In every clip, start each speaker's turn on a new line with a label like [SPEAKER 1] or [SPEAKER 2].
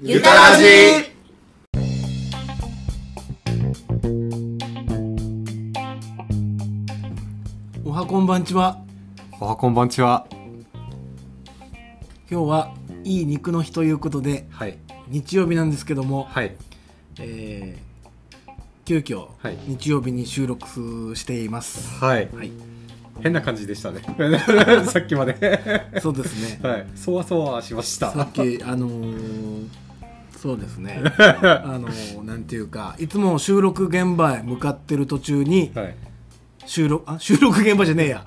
[SPEAKER 1] ゆたらじ
[SPEAKER 2] おはこんばんちは
[SPEAKER 3] おはこんばんちは。
[SPEAKER 2] 今日はいい肉の日ということで
[SPEAKER 3] はい。
[SPEAKER 2] 日曜日なんですけども、
[SPEAKER 3] はい。
[SPEAKER 2] えー急遽、
[SPEAKER 3] はい
[SPEAKER 2] 日曜日に収録しています
[SPEAKER 3] はい。
[SPEAKER 2] はい
[SPEAKER 3] 変な感じでしたね。 さっきまで。
[SPEAKER 2] そうです ね
[SPEAKER 3] はい。そわそわしました。
[SPEAKER 2] さっきあのーそうですねあのーなんていうかいつも収録現場へ向かってる途中に
[SPEAKER 3] はい。
[SPEAKER 2] 収録あ収録現場じゃねえや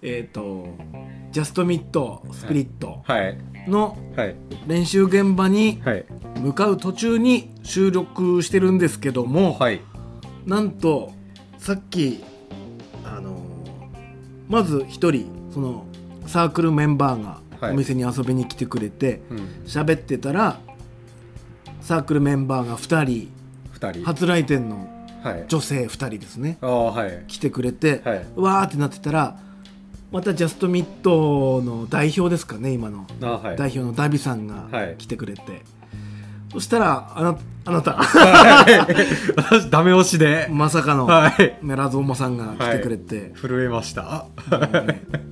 [SPEAKER 2] えっとジャストミッドスピリット
[SPEAKER 3] はい。
[SPEAKER 2] の
[SPEAKER 3] はい。
[SPEAKER 2] 練習現場に
[SPEAKER 3] はい。
[SPEAKER 2] 向かう途中に収録してるんですけども、
[SPEAKER 3] はい。
[SPEAKER 2] なんとさっきあのまず一人そのサークルメンバーが
[SPEAKER 3] はい
[SPEAKER 2] お店に遊びに来てくれて
[SPEAKER 3] うん。
[SPEAKER 2] 喋、ってたらサークルメンバーが2人
[SPEAKER 3] 二人。
[SPEAKER 2] 初来店の
[SPEAKER 3] はい。
[SPEAKER 2] 女性2人ですね
[SPEAKER 3] ああ、はい。
[SPEAKER 2] 来てくれて、
[SPEAKER 3] はい
[SPEAKER 2] わーってなってたらまたジャストミッドの代表ですかね今の
[SPEAKER 3] ああ、はい。
[SPEAKER 2] 代表のダビさん
[SPEAKER 3] は
[SPEAKER 2] が
[SPEAKER 3] い
[SPEAKER 2] 来てくれて、そしたらあなあな た
[SPEAKER 3] 私、 ダメ押しで。
[SPEAKER 2] まさかの、
[SPEAKER 3] はい。
[SPEAKER 2] メラゾーマさんが来てくれて、
[SPEAKER 3] 震えました。
[SPEAKER 2] もうね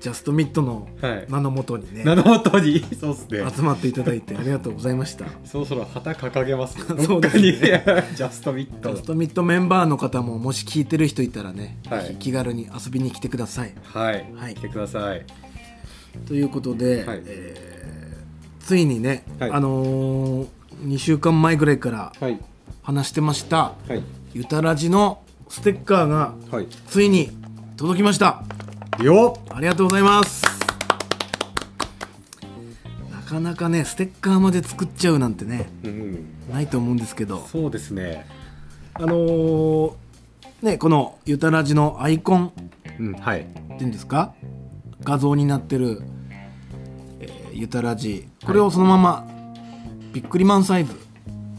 [SPEAKER 2] ジャストミッドの
[SPEAKER 3] はい。
[SPEAKER 2] 名のもとにね、
[SPEAKER 3] なのもとに、そうっすね。
[SPEAKER 2] 集まっていただいてありがとうございました。ジ
[SPEAKER 3] そろそろ旗掲げます。
[SPEAKER 2] そうですね
[SPEAKER 3] どっかに ジャストミット
[SPEAKER 2] ャス。トミッドメンバーの方ももし聞いてる人いたらね、
[SPEAKER 3] はい
[SPEAKER 2] ぜひ気軽に遊びに来てください。
[SPEAKER 3] はい。
[SPEAKER 2] はい
[SPEAKER 3] 来てください。
[SPEAKER 2] ということで、
[SPEAKER 3] はい
[SPEAKER 2] えーついにね、
[SPEAKER 3] はい
[SPEAKER 2] あの2週間前ぐらいから
[SPEAKER 3] はい。
[SPEAKER 2] 話してました、
[SPEAKER 3] はい。
[SPEAKER 2] ゆたらじのステッカーが
[SPEAKER 3] はい。
[SPEAKER 2] ついに届きました。
[SPEAKER 3] よっ
[SPEAKER 2] ありがとうございます。なかなかね、ステッカーまで作っちゃうなんてね、
[SPEAKER 3] うん、
[SPEAKER 2] ないと思うんですけど、
[SPEAKER 3] そうですね。
[SPEAKER 2] あのーね、このゆたらじのアイコン
[SPEAKER 3] うん、はい。
[SPEAKER 2] っていうんですか、画像になってる、えーゆたらじ、これをそのまま、ビックリマンサイズ、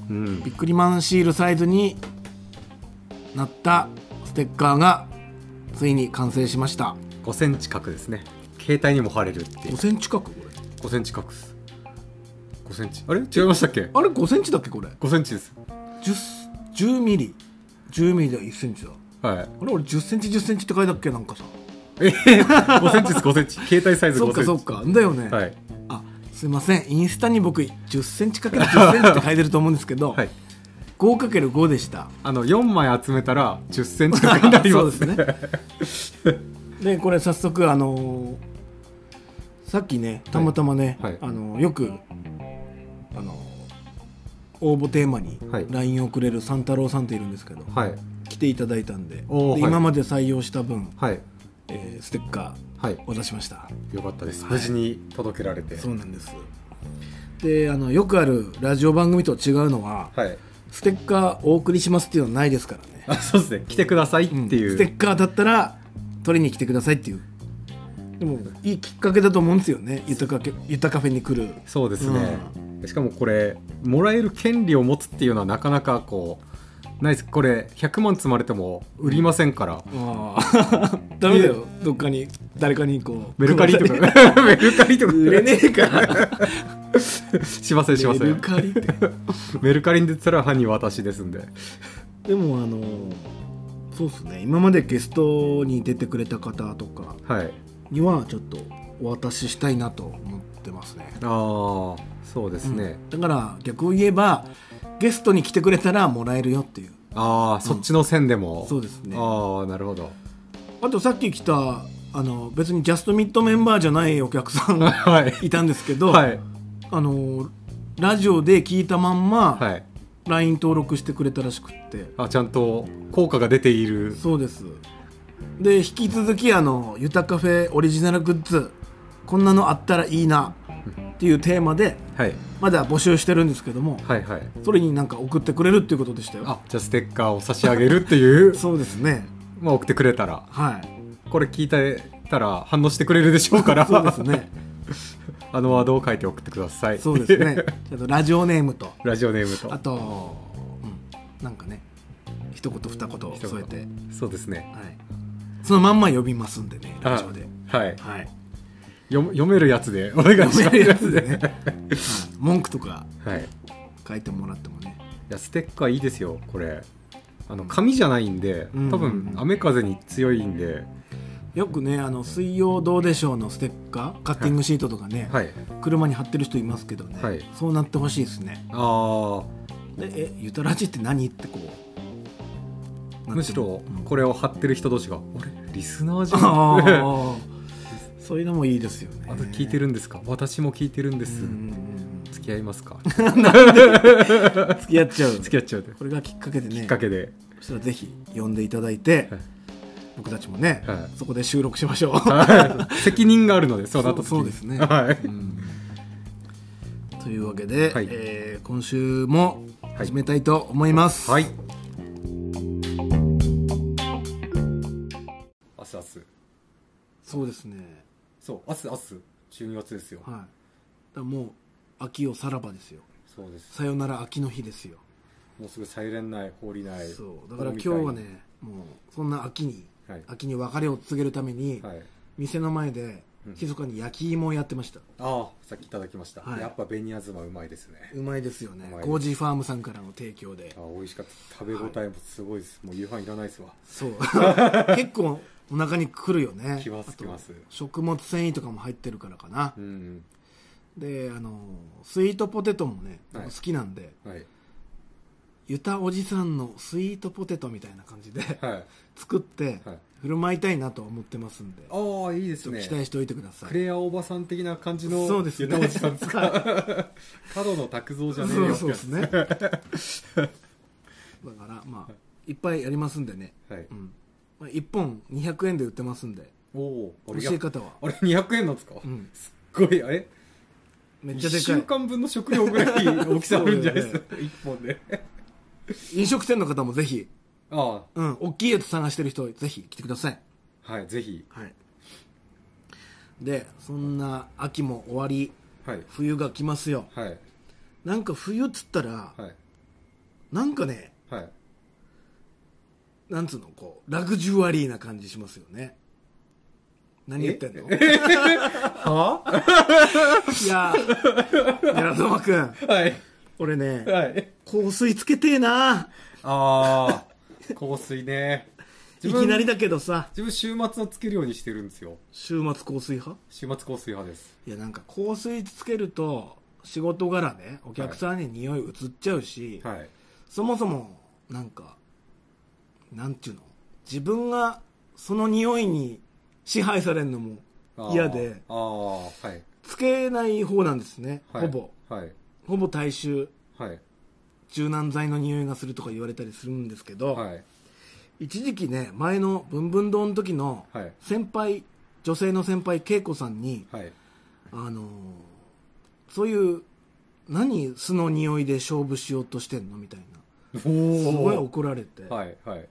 [SPEAKER 3] うん、
[SPEAKER 2] ビックリマンシールサイズになったステッカーが、ついに完成しました。
[SPEAKER 3] 5センチ角ですね。携帯にも貼れるっていう
[SPEAKER 2] 5。センチ角これ。
[SPEAKER 3] 5センチ角です。5センチ。あれ違いましたっけ
[SPEAKER 2] あれ5センチだっけこれ。
[SPEAKER 3] ?5 センチです。
[SPEAKER 2] 10 10ミリ10ミリで1センチだあ
[SPEAKER 3] はい。
[SPEAKER 2] れ俺1 0センチ1 0センチって書いたっけなんかさ
[SPEAKER 3] 5センチです、5センチ。携帯サイズ
[SPEAKER 2] そっ
[SPEAKER 3] 5セ
[SPEAKER 2] か
[SPEAKER 3] ンチ。
[SPEAKER 2] そっかだよね、
[SPEAKER 3] はい。
[SPEAKER 2] あすいませんインスタに僕1 0センチかける1 0センチって書いてると思うんですけど、
[SPEAKER 3] はい。
[SPEAKER 2] 5×5 でした
[SPEAKER 3] あの、4枚集めたら10センチ 角になります、
[SPEAKER 2] そうで。でこれ早速あのーさっきねたまたまね、
[SPEAKER 3] はいはい
[SPEAKER 2] あのーよくあのー応募テーマに
[SPEAKER 3] はい
[SPEAKER 2] LINE をくれる三太郎さんっているんですけど、
[SPEAKER 3] はい。
[SPEAKER 2] 来ていただいたんで
[SPEAKER 3] おー
[SPEAKER 2] で
[SPEAKER 3] はい
[SPEAKER 2] 今まで採用した分、
[SPEAKER 3] はい。
[SPEAKER 2] えーステッカ
[SPEAKER 3] はい
[SPEAKER 2] ー。を出しました
[SPEAKER 3] よかったです。
[SPEAKER 2] はい
[SPEAKER 3] 無事に届けられて。
[SPEAKER 2] そうなんですであのよくあるラジオ番組と違うのは、
[SPEAKER 3] はい。
[SPEAKER 2] ステッカーお送りしますっていうのはないですからね
[SPEAKER 3] あ、そうですね。来てくださいっていう。
[SPEAKER 2] ステッカーだったら取りに来てくださいっていうでもいいきっかけだと思うんですよねゆたかけゆたカフェに来る
[SPEAKER 3] そうですね、しかもこれもらえる権利を持つっていうのはなかなかこうないですこれ100万積まれても売りませんから、
[SPEAKER 2] ああ ダメだよどっかに誰かにこう
[SPEAKER 3] メルカリとかメルカリと か
[SPEAKER 2] 売れねえから
[SPEAKER 3] しませんしま
[SPEAKER 2] メ
[SPEAKER 3] せん
[SPEAKER 2] ルカリって
[SPEAKER 3] メルカリに出たら犯人私ですんで
[SPEAKER 2] でもあのそうですね今までゲストに出てくれた方とか
[SPEAKER 3] はい
[SPEAKER 2] にはちょっとお渡ししたいなと思ってますね
[SPEAKER 3] ああそうですね、
[SPEAKER 2] だから逆を言えばゲストに来てくれたらもらえるよっていう
[SPEAKER 3] ああそっちの線でも、
[SPEAKER 2] そうですねあ
[SPEAKER 3] ああなるほど
[SPEAKER 2] とさっき来たあの別にジャストミットメンバーじゃないお客さんが
[SPEAKER 3] はい
[SPEAKER 2] いたんですけど、
[SPEAKER 3] はい
[SPEAKER 2] あのラジオで聞いたまんま
[SPEAKER 3] はい
[SPEAKER 2] LINE 登録してくれたらしくって
[SPEAKER 3] あちゃんと効果が出ている
[SPEAKER 2] そうですで引き続きあの「ゆたカフェオリジナルグッズこんなのあったらいいな」っていうテーマで
[SPEAKER 3] はい
[SPEAKER 2] まだ募集してるんですけども
[SPEAKER 3] はいはい
[SPEAKER 2] それになんか送ってくれるっていうことでしたよ
[SPEAKER 3] あじゃあステッカーを差し上げるっていう
[SPEAKER 2] そうですね
[SPEAKER 3] まあ送ってくれたら
[SPEAKER 2] はい
[SPEAKER 3] これ聞いてたら反応してくれるでしょうから
[SPEAKER 2] そうですね
[SPEAKER 3] あのワードを書いて送ってください。
[SPEAKER 2] そうですね ちょっとラジオネームと、
[SPEAKER 3] ラジオネームと
[SPEAKER 2] あと、うん、なんかね、一言二言
[SPEAKER 3] 一言
[SPEAKER 2] 添えて、はい、
[SPEAKER 3] そうですね
[SPEAKER 2] そのまんま呼びますんでね、ラジオで。
[SPEAKER 3] はい
[SPEAKER 2] はい。
[SPEAKER 3] 読読めるやつでお願いし
[SPEAKER 2] 読
[SPEAKER 3] ま
[SPEAKER 2] めるや
[SPEAKER 3] す
[SPEAKER 2] つでね、うん文句とか
[SPEAKER 3] はいい
[SPEAKER 2] 書いてもらってもね
[SPEAKER 3] やステッカーいいですよこれあの紙じゃないんで
[SPEAKER 2] うん
[SPEAKER 3] 多分雨風に強いんで、
[SPEAKER 2] よくね「あの水曜どうでしょう」のステッカーカッティングシートとかね、
[SPEAKER 3] はい
[SPEAKER 2] 車に貼ってる人いますけどね、
[SPEAKER 3] はい
[SPEAKER 2] そうなってほしいですね
[SPEAKER 3] あー
[SPEAKER 2] で「えゆたらじって何?」ってこう
[SPEAKER 3] む しろこ
[SPEAKER 2] れ
[SPEAKER 3] れを貼ってる人同士が「あれリスナーじゃ
[SPEAKER 2] あ
[SPEAKER 3] ん」
[SPEAKER 2] あそういうのもいいですよね
[SPEAKER 3] あと聞いてるんですか私も聞いてるんで
[SPEAKER 2] う
[SPEAKER 3] す、
[SPEAKER 2] んうん
[SPEAKER 3] 付き合いますか
[SPEAKER 2] うん付き合っちゃう
[SPEAKER 3] 付き合っちゃうと
[SPEAKER 2] これがきっかけでね
[SPEAKER 3] きっかけで
[SPEAKER 2] そしたらぜひ呼んでいただいて、
[SPEAKER 3] はい
[SPEAKER 2] 僕たちもね、
[SPEAKER 3] はい
[SPEAKER 2] そこで収録しましょう、
[SPEAKER 3] 責任があるのでそうなった時
[SPEAKER 2] そうそうですね
[SPEAKER 3] は
[SPEAKER 2] う
[SPEAKER 3] い、
[SPEAKER 2] んというわけで、
[SPEAKER 3] はい
[SPEAKER 2] えー今週も始めたいと思います、
[SPEAKER 3] はい、明日明日
[SPEAKER 2] そうですね
[SPEAKER 3] そう明日明日12月ですよ、
[SPEAKER 2] はいだからもう秋をさらばですよ
[SPEAKER 3] そうです
[SPEAKER 2] さよなら秋の日ですよ、
[SPEAKER 3] もうすぐサイレンない放りない
[SPEAKER 2] そうだから今日はねもうそんな秋に
[SPEAKER 3] はい、
[SPEAKER 2] 秋に別れを告げるために、
[SPEAKER 3] はい、
[SPEAKER 2] 店の前で
[SPEAKER 3] うん
[SPEAKER 2] 密かに焼き芋をやってました、
[SPEAKER 3] ああさっきいただきました、
[SPEAKER 2] はい
[SPEAKER 3] やっぱ紅ニズマうまいですね
[SPEAKER 2] うまいですよね
[SPEAKER 3] うまい
[SPEAKER 2] コージーファームさんからの提供で
[SPEAKER 3] ああ美味しかった食べ応えもすごいです、もう夕飯いらないですわ
[SPEAKER 2] そう 結構お腹にくるよね
[SPEAKER 3] きます
[SPEAKER 2] あと
[SPEAKER 3] きます
[SPEAKER 2] 食物繊維とかも入ってるからかな
[SPEAKER 3] う、ん
[SPEAKER 2] であのスイートポテトもね
[SPEAKER 3] はい
[SPEAKER 2] 好きなんで、
[SPEAKER 3] はい
[SPEAKER 2] ゆたおじさんのスイートポテトみたいな感じで
[SPEAKER 3] はい
[SPEAKER 2] 作って
[SPEAKER 3] はい
[SPEAKER 2] 振る舞いたいなと思ってますんで、
[SPEAKER 3] ああいいで
[SPEAKER 2] ち
[SPEAKER 3] す
[SPEAKER 2] ょっと
[SPEAKER 3] ね
[SPEAKER 2] 期待しておいてくださ
[SPEAKER 3] ク
[SPEAKER 2] い
[SPEAKER 3] レアおばさん的な感じの
[SPEAKER 2] そうですね
[SPEAKER 3] ゆたおじさんですか角の卓造じ
[SPEAKER 2] そ
[SPEAKER 3] ゃ
[SPEAKER 2] う
[SPEAKER 3] ねえ よ
[SPEAKER 2] そうですねだからまあいっぱいやりますんでね、
[SPEAKER 3] はい
[SPEAKER 2] うんまあ、1本200円で売ってますんで
[SPEAKER 3] おお
[SPEAKER 2] 欲しい方は
[SPEAKER 3] あれ200円なんですか、
[SPEAKER 2] うん
[SPEAKER 3] すっごいあれ
[SPEAKER 2] めっちゃ
[SPEAKER 3] 1
[SPEAKER 2] でか
[SPEAKER 3] 週
[SPEAKER 2] い
[SPEAKER 3] 間分の食料ぐらい大きさあるんじゃないですか、一本 で
[SPEAKER 2] 飲食店の方もぜひ
[SPEAKER 3] あ
[SPEAKER 2] うん大きいやつ探してる人ぜひ来てください
[SPEAKER 3] あはいぜひ
[SPEAKER 2] はいでそんな秋も終わり
[SPEAKER 3] はい
[SPEAKER 2] 冬が来ますよ
[SPEAKER 3] はい
[SPEAKER 2] なんか冬っつったら、
[SPEAKER 3] はい
[SPEAKER 2] なんかね
[SPEAKER 3] はい
[SPEAKER 2] なんつうのこうラグジュアリーな感じしますよね何言ってんの い
[SPEAKER 3] は
[SPEAKER 2] や寺澤君
[SPEAKER 3] はい
[SPEAKER 2] 俺ね
[SPEAKER 3] はい
[SPEAKER 2] 香水つけてえな
[SPEAKER 3] ああ香水ね
[SPEAKER 2] い
[SPEAKER 3] 自分
[SPEAKER 2] きなりだけどさ
[SPEAKER 3] 自分週末はつけるようにしてるんですよ
[SPEAKER 2] 週末香水派
[SPEAKER 3] 週末香水派です
[SPEAKER 2] いやなんか香水つけると仕事柄ねお客さんに匂い移っちゃうし、
[SPEAKER 3] はい
[SPEAKER 2] そもそもなんかなんていうの自分がその匂いに支配されるのも
[SPEAKER 3] あー
[SPEAKER 2] 嫌で
[SPEAKER 3] ああはい
[SPEAKER 2] つけない方なんですね、
[SPEAKER 3] は
[SPEAKER 2] ほ
[SPEAKER 3] い
[SPEAKER 2] ぼ
[SPEAKER 3] はい
[SPEAKER 2] ほぼ大衆
[SPEAKER 3] はい
[SPEAKER 2] 柔軟剤の匂いがするとか言われたりするんですけど、
[SPEAKER 3] はい
[SPEAKER 2] 一時期ね前の「ブンブン堂」の時の
[SPEAKER 3] はい
[SPEAKER 2] 先輩女性の先輩恵子さんに、
[SPEAKER 3] はい
[SPEAKER 2] あのーそういう何素の匂いで勝負しようとしてんのみたいな
[SPEAKER 3] おお
[SPEAKER 2] すごい怒られて、やっ
[SPEAKER 3] はいはい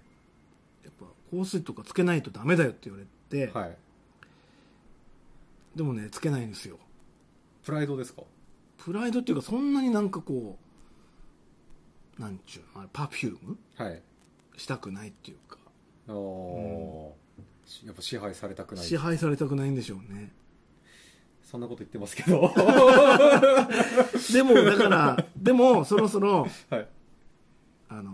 [SPEAKER 2] ぱ香水とかつけないとダメだよって言われて、
[SPEAKER 3] はい
[SPEAKER 2] でもねつけないんですよ
[SPEAKER 3] プライドですか
[SPEAKER 2] プライドっていうかそんなになんかこうなんちゅうのあれパフューム
[SPEAKER 3] はい
[SPEAKER 2] したくないっていうか
[SPEAKER 3] あーしやっぱ支配されたくない
[SPEAKER 2] 支配されたくないんでしょうね、
[SPEAKER 3] そんなこと言ってますけ ど
[SPEAKER 2] でも、だから、でも、そろそろ、
[SPEAKER 3] はい、
[SPEAKER 2] あの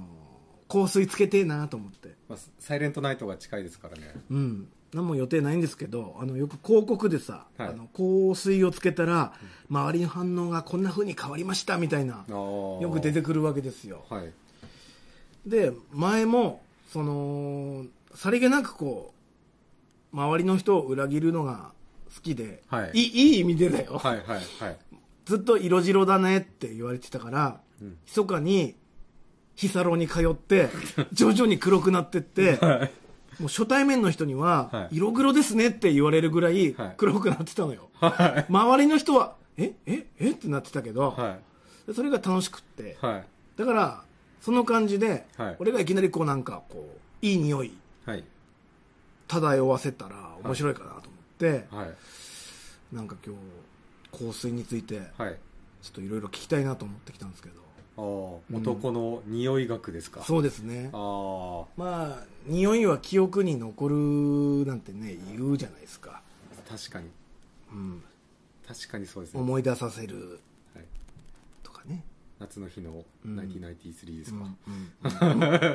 [SPEAKER 2] ー、香水つけてえなと思って。
[SPEAKER 3] まあ、サイレントナイトが近いですからね
[SPEAKER 2] うん。何も予定ないんですけど、あの、よく広告でさ、
[SPEAKER 3] はい
[SPEAKER 2] あの香水をつけたら、周りの反応がこんな風に変わりました、みたいな、
[SPEAKER 3] ああ
[SPEAKER 2] よく出てくるわけですよ。
[SPEAKER 3] はい
[SPEAKER 2] で、前も、その、さりげなくこう、周りの人を裏切るのが好きで、
[SPEAKER 3] はい
[SPEAKER 2] いいい意味でだよ。
[SPEAKER 3] はいはいはい
[SPEAKER 2] ずっと色白だねって言われてたから、
[SPEAKER 3] うん
[SPEAKER 2] 密かにヒサロに通って徐々に黒くなってって
[SPEAKER 3] はい
[SPEAKER 2] もう初対面の人には
[SPEAKER 3] は
[SPEAKER 2] 「
[SPEAKER 3] い
[SPEAKER 2] 色黒ですね」って言われるぐらい
[SPEAKER 3] はい
[SPEAKER 2] 黒くなってたのよ、
[SPEAKER 3] は
[SPEAKER 2] 周りの人は「えええっ?」てなってたけど、
[SPEAKER 3] いはい
[SPEAKER 2] でそれが楽しくって
[SPEAKER 3] はい
[SPEAKER 2] だからその感じで、
[SPEAKER 3] はい
[SPEAKER 2] 俺がいきなりこうなんかこういい匂い
[SPEAKER 3] はい
[SPEAKER 2] 漂わせたら面白いかなと思って、
[SPEAKER 3] はい
[SPEAKER 2] なんか今日香水について
[SPEAKER 3] はい
[SPEAKER 2] ちょっといろいろ聞きたいなと思ってきたんですけど
[SPEAKER 3] あー男の匂い学ですか、
[SPEAKER 2] そうですね
[SPEAKER 3] あ
[SPEAKER 2] まあ匂いは記憶に残るなんてね言うじゃないですか、
[SPEAKER 3] あ確かに
[SPEAKER 2] うん、
[SPEAKER 3] 確かにそうですね、
[SPEAKER 2] 思い出させる
[SPEAKER 3] はい、
[SPEAKER 2] とかね、
[SPEAKER 3] 夏の日の
[SPEAKER 2] うん
[SPEAKER 3] 1993です
[SPEAKER 2] う
[SPEAKER 3] か、
[SPEAKER 2] んうん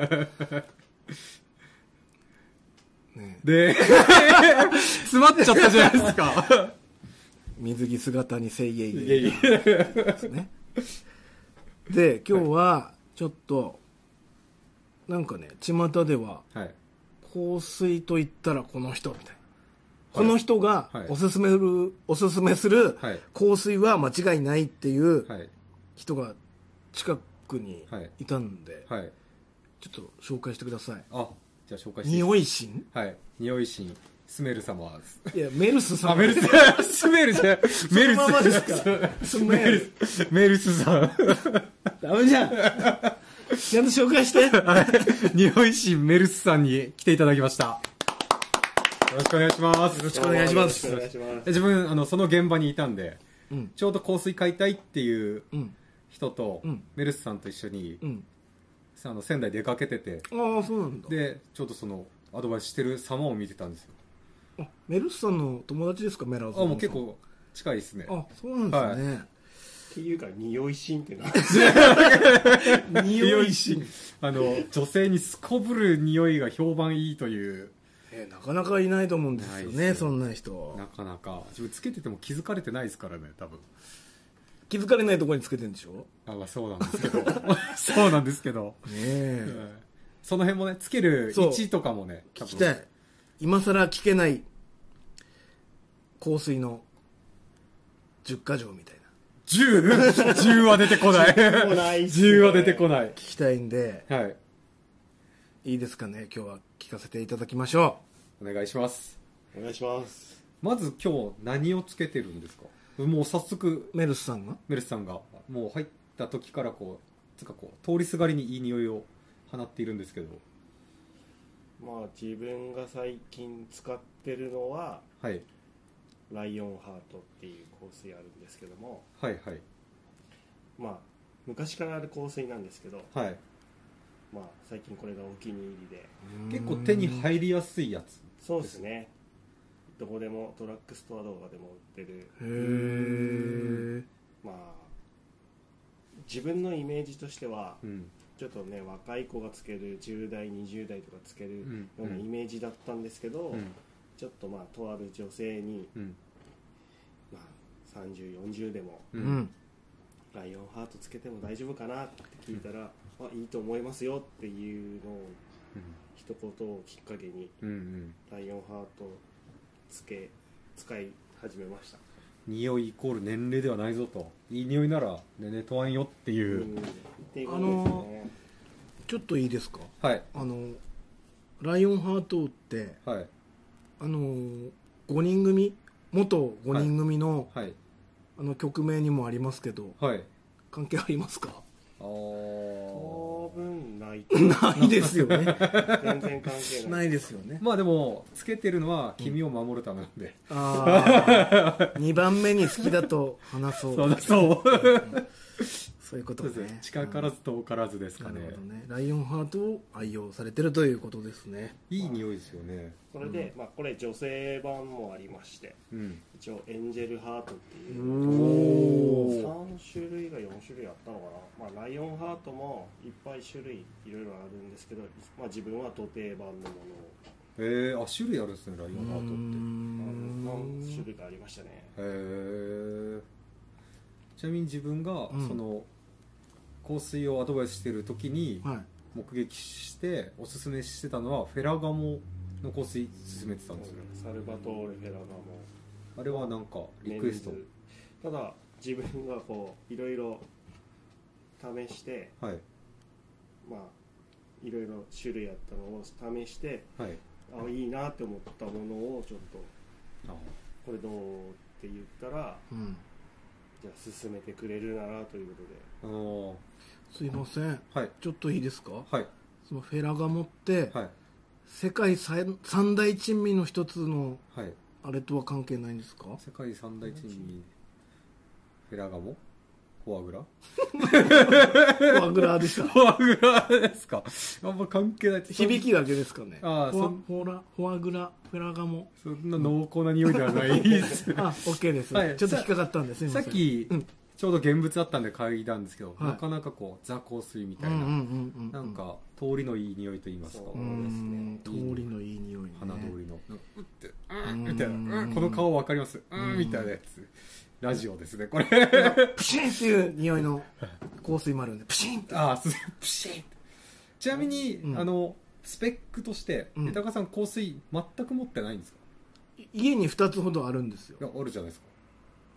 [SPEAKER 2] ねえ
[SPEAKER 3] で詰まっちゃったじゃないですか
[SPEAKER 2] 水着姿にせいえいえい
[SPEAKER 3] いやいや
[SPEAKER 2] です ね。で、今日は、ちょっと、なんかね、巷では、
[SPEAKER 3] はい
[SPEAKER 2] 香水と言ったらこの人みたいな。この人が
[SPEAKER 3] はい
[SPEAKER 2] おすすめする、おすすめする
[SPEAKER 3] はい
[SPEAKER 2] 香水は間違いないっていう
[SPEAKER 3] はい
[SPEAKER 2] 人が近くに
[SPEAKER 3] はい
[SPEAKER 2] いたんで、
[SPEAKER 3] はい
[SPEAKER 2] ちょっと紹介してください。
[SPEAKER 3] あじゃあ紹介して
[SPEAKER 2] 匂いしん
[SPEAKER 3] はい匂い神スメル様です
[SPEAKER 2] いや、メルスさん。
[SPEAKER 3] あメルス スメルじゃないメル
[SPEAKER 2] そのままですか
[SPEAKER 3] ス
[SPEAKER 2] スメル
[SPEAKER 3] メルスさん
[SPEAKER 2] ダメじ ゃん。ちゃんと紹介して。
[SPEAKER 3] 匂い神メルスさんに来ていただきましたよろしくお願いしますよろし
[SPEAKER 2] くお願いします
[SPEAKER 1] よろしくお願いします。
[SPEAKER 3] 自分あのその現場にいたんで、
[SPEAKER 2] うん
[SPEAKER 3] ちょうど香水買いたいっていう
[SPEAKER 2] うん。
[SPEAKER 3] 人と、
[SPEAKER 2] うん
[SPEAKER 3] メルスさんと一緒に、
[SPEAKER 2] うん。
[SPEAKER 3] あの仙台出かけてて
[SPEAKER 2] ああ、そうなんだ。
[SPEAKER 3] でちょうどそのアドバイスしてる様を見てたんですよ
[SPEAKER 2] あメルスさんの友達ですかメラーズ
[SPEAKER 3] あもう結構近いですね
[SPEAKER 2] あそうなんです
[SPEAKER 1] っていうか、匂いシーンってな。
[SPEAKER 2] ね、匂いし
[SPEAKER 3] あの女性にすこぶる匂いが評判いいという
[SPEAKER 2] えーなかなかいないと思うんですよ
[SPEAKER 3] ない
[SPEAKER 2] ね
[SPEAKER 3] です
[SPEAKER 2] そ
[SPEAKER 3] よ
[SPEAKER 2] んな人
[SPEAKER 3] なかなか自分つけてても気づかれてないですからね多分
[SPEAKER 2] 気づかれないところにつけてるんでしょ
[SPEAKER 3] あ、まあ、そうなんですけど そうなんですけど、
[SPEAKER 2] ね
[SPEAKER 3] う
[SPEAKER 2] え
[SPEAKER 3] んその辺もねつける位置とかもね
[SPEAKER 2] 聞きたい今さら聞けない香水の10か条みたいな
[SPEAKER 3] 10 10は出てこない
[SPEAKER 1] こないっすね
[SPEAKER 3] 10は出てこない
[SPEAKER 2] 聞きたいんで
[SPEAKER 3] はい
[SPEAKER 2] いいですかね今日は聞かせていただきましょ
[SPEAKER 3] お願いします
[SPEAKER 1] お願いします。
[SPEAKER 3] まず今日何をつけてるんですかもう早速
[SPEAKER 2] うメルスさんが
[SPEAKER 3] メルスさんがもう入った時からこうつうかこう通りすがりにいい匂いを放っているんですけど
[SPEAKER 1] まあ、自分が最近使ってるのは、
[SPEAKER 3] はい
[SPEAKER 1] ライオンハートっていう香水あるんですけども、
[SPEAKER 3] はいはい
[SPEAKER 1] まあ、昔からある香水なんですけど、
[SPEAKER 3] はい
[SPEAKER 1] まあ、最近これがお気に入りで。
[SPEAKER 3] 結構手に入りやすいやつ
[SPEAKER 1] そうですね。どこでも、ドラッグストア動画でも売ってる、
[SPEAKER 2] るへえ
[SPEAKER 1] まあ、自分のイメージとしては、
[SPEAKER 3] うん
[SPEAKER 1] ちょっとね、若い子がつける、10代、20代とかつける
[SPEAKER 3] う
[SPEAKER 1] よ
[SPEAKER 3] ん
[SPEAKER 1] うなイメージだったんですけど、
[SPEAKER 3] うん
[SPEAKER 1] ちょっとまあとある女性に、
[SPEAKER 3] うん
[SPEAKER 1] まあ、3040でも
[SPEAKER 3] う
[SPEAKER 2] うんん
[SPEAKER 1] ライオンハートつけても大丈夫かなって聞いたら、あいいと思いますよっていうのを一言をきっかけに
[SPEAKER 3] うんうん
[SPEAKER 1] ライオンハートつけ使い始めました、
[SPEAKER 3] 匂いイコール年齢ではないぞといい匂いなら年齢問わんよっていう、
[SPEAKER 1] うんっていうことですね、
[SPEAKER 2] のちょっといいですか
[SPEAKER 3] はい
[SPEAKER 2] あのライオンハートって
[SPEAKER 3] はい
[SPEAKER 2] あのー、5人組元5人組の,、
[SPEAKER 3] はい
[SPEAKER 2] あの曲名にもありますけど
[SPEAKER 3] はい
[SPEAKER 2] 関係あり ますか
[SPEAKER 3] あー
[SPEAKER 1] 当分ない
[SPEAKER 2] ないですよね
[SPEAKER 1] 全然関係な
[SPEAKER 2] ないいですよね
[SPEAKER 3] まあでもつけてるのは君を守るためなんで、
[SPEAKER 2] あ あ2番目に好きだと話そう
[SPEAKER 3] そうだそう
[SPEAKER 2] そういうこと
[SPEAKER 3] そうです
[SPEAKER 2] ね
[SPEAKER 3] ね近からず遠からずですか
[SPEAKER 2] な
[SPEAKER 3] ね
[SPEAKER 2] るほどねライオンハートを愛用されてるということですね
[SPEAKER 3] いい匂いですよね
[SPEAKER 1] それで、まあ、これ女性版もありまして
[SPEAKER 3] うん
[SPEAKER 1] 一応エンジェルハートっていう、
[SPEAKER 3] お
[SPEAKER 1] 3種類が4種類あったのかな、まあ、ライオンハートもいっぱい種類いろいろあるんですけど、まあ、自分は土定番のものを
[SPEAKER 3] えー、あ種類あるんですねライオンハートって
[SPEAKER 1] あの
[SPEAKER 2] ん
[SPEAKER 1] 何種類かありましたね
[SPEAKER 3] へえちなみに自分が、
[SPEAKER 2] うん
[SPEAKER 3] その香水をアドバイスしてる時に
[SPEAKER 2] はい
[SPEAKER 3] 目撃しておすすめしてたのはフェラガモの香水勧めてたんですよ
[SPEAKER 1] サルバトール・フェラガモ
[SPEAKER 3] あれはなんかリクエスト
[SPEAKER 1] メンズただ自分がこういろいろ試して
[SPEAKER 3] はい
[SPEAKER 1] まあいろいろ種類あったのを試して
[SPEAKER 3] はい
[SPEAKER 1] あいいなって思ったものをちょっと
[SPEAKER 3] あ
[SPEAKER 1] これどうって言ったら
[SPEAKER 2] うん、
[SPEAKER 1] じゃあ進めてくれるならということで
[SPEAKER 3] あの
[SPEAKER 2] すいません
[SPEAKER 3] ーはい
[SPEAKER 2] ちょっといいですか
[SPEAKER 3] はい
[SPEAKER 2] そのフェラガモって、
[SPEAKER 3] はい
[SPEAKER 2] 世界三三大珍味の一つの
[SPEAKER 3] はい
[SPEAKER 2] あれとは関係ないんですか
[SPEAKER 3] 世界三大珍味フェラガモフォアグラ
[SPEAKER 2] フォアグラで した
[SPEAKER 3] フォアグラですか あんま関係ない
[SPEAKER 2] 響きだけですかね
[SPEAKER 3] あー
[SPEAKER 2] フォア
[SPEAKER 3] そ
[SPEAKER 2] フ
[SPEAKER 3] ん
[SPEAKER 2] ォラフォアグラフェラガモ
[SPEAKER 3] そんな濃厚な匂いではないです
[SPEAKER 2] あ OK です、
[SPEAKER 3] はい
[SPEAKER 2] ちょっと引っかかったんです
[SPEAKER 3] さっき、
[SPEAKER 2] うん
[SPEAKER 3] ちょうど現物あったんで嗅いだんですけど、
[SPEAKER 2] はい
[SPEAKER 3] なかなかこうザ香水み
[SPEAKER 2] う
[SPEAKER 3] た
[SPEAKER 2] ん
[SPEAKER 3] い
[SPEAKER 2] うん
[SPEAKER 3] な、
[SPEAKER 2] うんうん
[SPEAKER 3] なんか通りのいい匂いと言いますか、
[SPEAKER 1] そううですね
[SPEAKER 2] ん通りのいい匂い、ね、
[SPEAKER 3] 花通りの、なんかうってうんんみたいな、うん
[SPEAKER 2] うん
[SPEAKER 3] この顔わかりますうんみたいなやつラジオですねこれ
[SPEAKER 2] プシーンっていう匂い の香水もあるんでプシーンって
[SPEAKER 3] ああすプシーンちなみに、
[SPEAKER 2] うん
[SPEAKER 3] あのスペックとして
[SPEAKER 2] うん
[SPEAKER 3] 豊川さん香水全く持ってないんですか
[SPEAKER 2] 家に2つほどあるんですよ
[SPEAKER 3] いやあるじゃないですか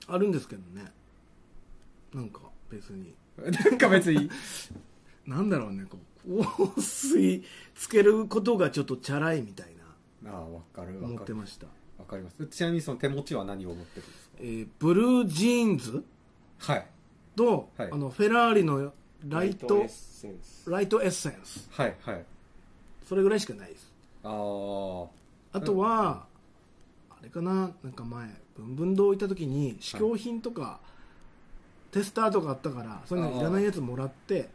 [SPEAKER 2] あるんですけどねなんか別に
[SPEAKER 3] なんか 別に
[SPEAKER 2] なんだろうねこう香水つけることがちょっとチャラいみたいな
[SPEAKER 3] ああわかるわ
[SPEAKER 2] 思っ
[SPEAKER 3] か
[SPEAKER 2] て
[SPEAKER 3] る
[SPEAKER 2] ました、
[SPEAKER 3] わかりますちなみにその手持ちは何を持ってるんです
[SPEAKER 2] えーブルージーンズ
[SPEAKER 3] かはい
[SPEAKER 2] と、
[SPEAKER 3] はい
[SPEAKER 2] あのフェラーリのライトラ
[SPEAKER 1] エッ
[SPEAKER 2] イ
[SPEAKER 1] センス
[SPEAKER 2] トエッセンス
[SPEAKER 3] はいはい
[SPEAKER 2] それぐらいしかないです
[SPEAKER 3] ああ
[SPEAKER 2] あとは、あれかななんか前文文堂行った時に試供品とか、テスターとかあったからそういうのいらないやつもらって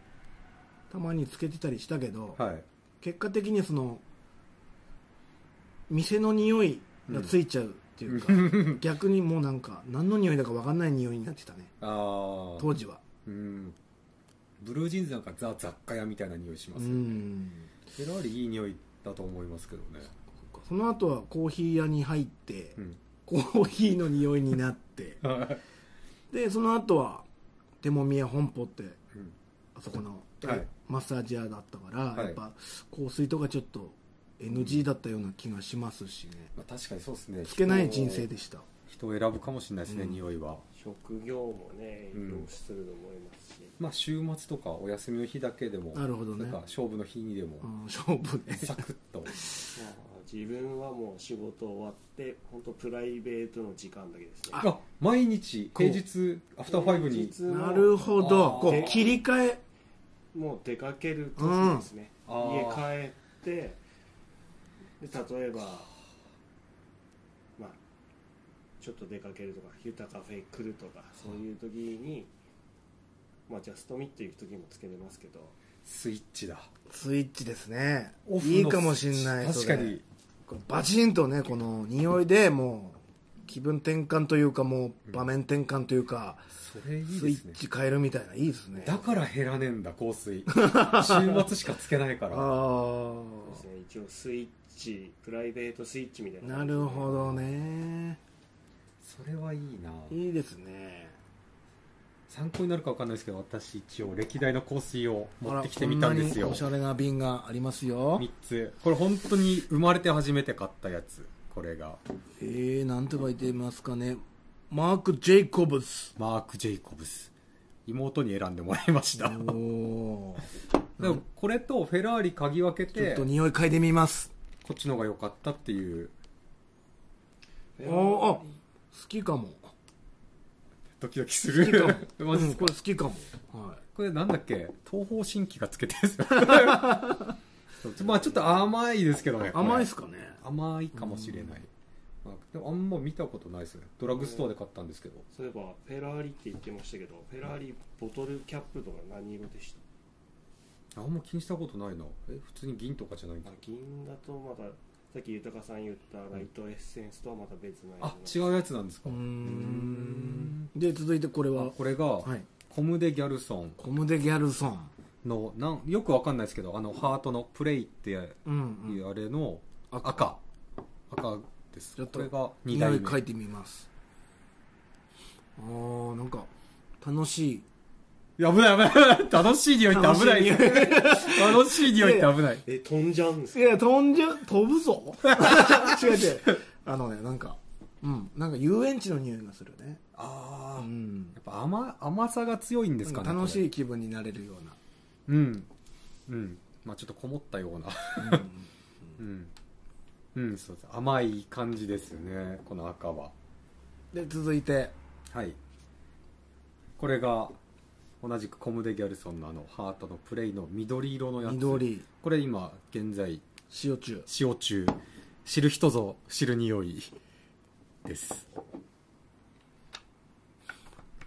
[SPEAKER 2] たまにつけてたりしたけど、
[SPEAKER 3] はい
[SPEAKER 2] 結果的にその店の匂いがついちゃうっていうか、逆にもうなんか何の匂いだか分かんない匂いになってたね
[SPEAKER 3] ああ
[SPEAKER 2] 当時は
[SPEAKER 3] うんブルージーンズなんかザ雑貨屋みたいな匂いしま
[SPEAKER 2] う
[SPEAKER 3] す、
[SPEAKER 2] ん
[SPEAKER 3] フェラーリいい匂いだと思いますけどね
[SPEAKER 2] その後はコーヒー屋に入って、
[SPEAKER 3] うん
[SPEAKER 2] コーヒーの匂いになって
[SPEAKER 3] はい
[SPEAKER 2] でその後は手もみや本舗って
[SPEAKER 3] うん
[SPEAKER 2] あそこの、
[SPEAKER 3] はい
[SPEAKER 2] マッサージ屋だったから、
[SPEAKER 3] はい
[SPEAKER 2] やっぱ香水とかちょっと NG だったような気がしますしね、
[SPEAKER 3] まあ、確かにそうですね
[SPEAKER 2] つけない人生でした
[SPEAKER 3] 人を人を選ぶかもしれないですね、
[SPEAKER 2] うん
[SPEAKER 3] 匂いは
[SPEAKER 1] 職業もね
[SPEAKER 3] うん
[SPEAKER 1] 移動すると思いますし、
[SPEAKER 3] まあ週末とかお休みの日だけでも
[SPEAKER 2] なるほどね
[SPEAKER 3] んか勝負の日にでも
[SPEAKER 2] うん勝負で
[SPEAKER 3] サクッ と
[SPEAKER 1] まあ自分はもう仕事終わって本当プライベートの時間だけですね
[SPEAKER 3] あ毎日
[SPEAKER 2] こう
[SPEAKER 3] 平日アフターファイブに
[SPEAKER 1] 平日も
[SPEAKER 2] なるほど
[SPEAKER 3] あー
[SPEAKER 2] こう切り替え
[SPEAKER 1] もう出かける時ですね、
[SPEAKER 3] うんあー
[SPEAKER 1] 家帰ってで例えばまあちょっと出かけるとかヒュータカフェ来るとかそういう時にまあジャストミっていう時もつけれますけど
[SPEAKER 3] スイッチだ
[SPEAKER 2] スイッチですね
[SPEAKER 3] オフの
[SPEAKER 2] いいかもしんない
[SPEAKER 3] 確
[SPEAKER 2] そ
[SPEAKER 3] か
[SPEAKER 2] れ
[SPEAKER 3] に
[SPEAKER 2] こうバチンとねこの匂いでもう気分転換というかもう場面転換というか、
[SPEAKER 3] それいい
[SPEAKER 2] スイ
[SPEAKER 3] ですね
[SPEAKER 2] ッチ変えるみたいないいですね
[SPEAKER 3] だから減らねえんだ香 水週末しかつけないか
[SPEAKER 2] あ
[SPEAKER 3] ら
[SPEAKER 2] あ
[SPEAKER 1] そうですね一応スイッチプライベートスイッチみたいな
[SPEAKER 2] なるほどね
[SPEAKER 3] それはいいない
[SPEAKER 2] いですね
[SPEAKER 3] 参考になるかわかんないですけど私一応歴代の香水を持ってきて
[SPEAKER 2] あら
[SPEAKER 3] みたんですよ
[SPEAKER 2] こんなにおしゃれな瓶がありますよ
[SPEAKER 3] 3つこれ本当に生まれて初めて買ったやつこれが
[SPEAKER 2] えー、なんて書いてますかねマーク・ジェイコブ ス
[SPEAKER 3] マーク・ジェイコブス妹に選んでもらいました
[SPEAKER 2] お
[SPEAKER 3] で
[SPEAKER 2] お
[SPEAKER 3] もこれとフェラーリ嗅ぎ分け
[SPEAKER 2] ちょってと
[SPEAKER 3] こ
[SPEAKER 2] 匂い嗅いでみます
[SPEAKER 3] っちの方が良かったっていう
[SPEAKER 1] フェラ
[SPEAKER 2] おーあ
[SPEAKER 1] ーリ
[SPEAKER 2] 好きかも
[SPEAKER 3] ドキドキす
[SPEAKER 2] 好きか
[SPEAKER 3] る
[SPEAKER 2] も、
[SPEAKER 3] マジっ
[SPEAKER 2] う
[SPEAKER 3] す
[SPEAKER 2] ん、
[SPEAKER 3] か
[SPEAKER 2] これ好きかも、は
[SPEAKER 3] これなんだっけ東方神起がつけてるんですよ そうまあちょっと甘いですけどね
[SPEAKER 2] い、
[SPEAKER 3] これ
[SPEAKER 2] 甘いっすかね
[SPEAKER 3] 甘いかもしれない、まあ、でもあんま見たことないですねドラッグストアで買ったんですけど
[SPEAKER 1] そういえばフェラーリって言ってましたけどフェラーリボトルキャップとか何色でした
[SPEAKER 3] あんま気にしたことないなえ普通に銀とかじゃないんだ
[SPEAKER 1] あ銀だとまたさっき豊さん言ったライトエッセンスとはまた別の
[SPEAKER 3] あ違
[SPEAKER 1] う
[SPEAKER 3] うやつなんです
[SPEAKER 2] う
[SPEAKER 3] か
[SPEAKER 2] ーん
[SPEAKER 3] ん
[SPEAKER 2] で続いてこれ
[SPEAKER 3] あ
[SPEAKER 2] は
[SPEAKER 3] これが、
[SPEAKER 2] はい
[SPEAKER 3] コム・デ・ギャルソン
[SPEAKER 2] コム・デ・ギャルソン
[SPEAKER 3] のなんよくわかんないですけどあのハートのプレイっていう
[SPEAKER 2] うん、うん、
[SPEAKER 3] あれの
[SPEAKER 2] 赤
[SPEAKER 3] 赤赤です
[SPEAKER 2] ちょっと
[SPEAKER 3] これが2
[SPEAKER 2] 匂い
[SPEAKER 3] 代
[SPEAKER 2] 嗅い
[SPEAKER 3] 目
[SPEAKER 2] でみますあーなんか楽しい
[SPEAKER 3] や危ない危ない楽しい匂いって危ない
[SPEAKER 2] 楽しい匂い
[SPEAKER 3] 楽しい匂いって危ない
[SPEAKER 1] え飛んじゃうんです
[SPEAKER 2] い
[SPEAKER 1] か
[SPEAKER 2] や、飛んじゃ、飛ぶぞ 違う違う。あのね、なんか、うん、なんか遊園地の匂いがするね。
[SPEAKER 3] あ
[SPEAKER 2] う
[SPEAKER 3] あ
[SPEAKER 2] ん。
[SPEAKER 3] やっぱ甘甘さが強いんですかね
[SPEAKER 2] 楽
[SPEAKER 3] い
[SPEAKER 2] しい気分になれるような。
[SPEAKER 3] うんうんまあちょっとこもったような
[SPEAKER 2] うん
[SPEAKER 3] うん、うん、そうです甘い感じですよねこの赤は
[SPEAKER 2] で、続いて、
[SPEAKER 3] はいこれが同じくコム・デ・ギャルソンのあのハートのプレイの緑色のやつ
[SPEAKER 2] 緑、
[SPEAKER 3] これ今現在
[SPEAKER 2] 塩中。
[SPEAKER 3] 使用中知る人ぞ知る匂いです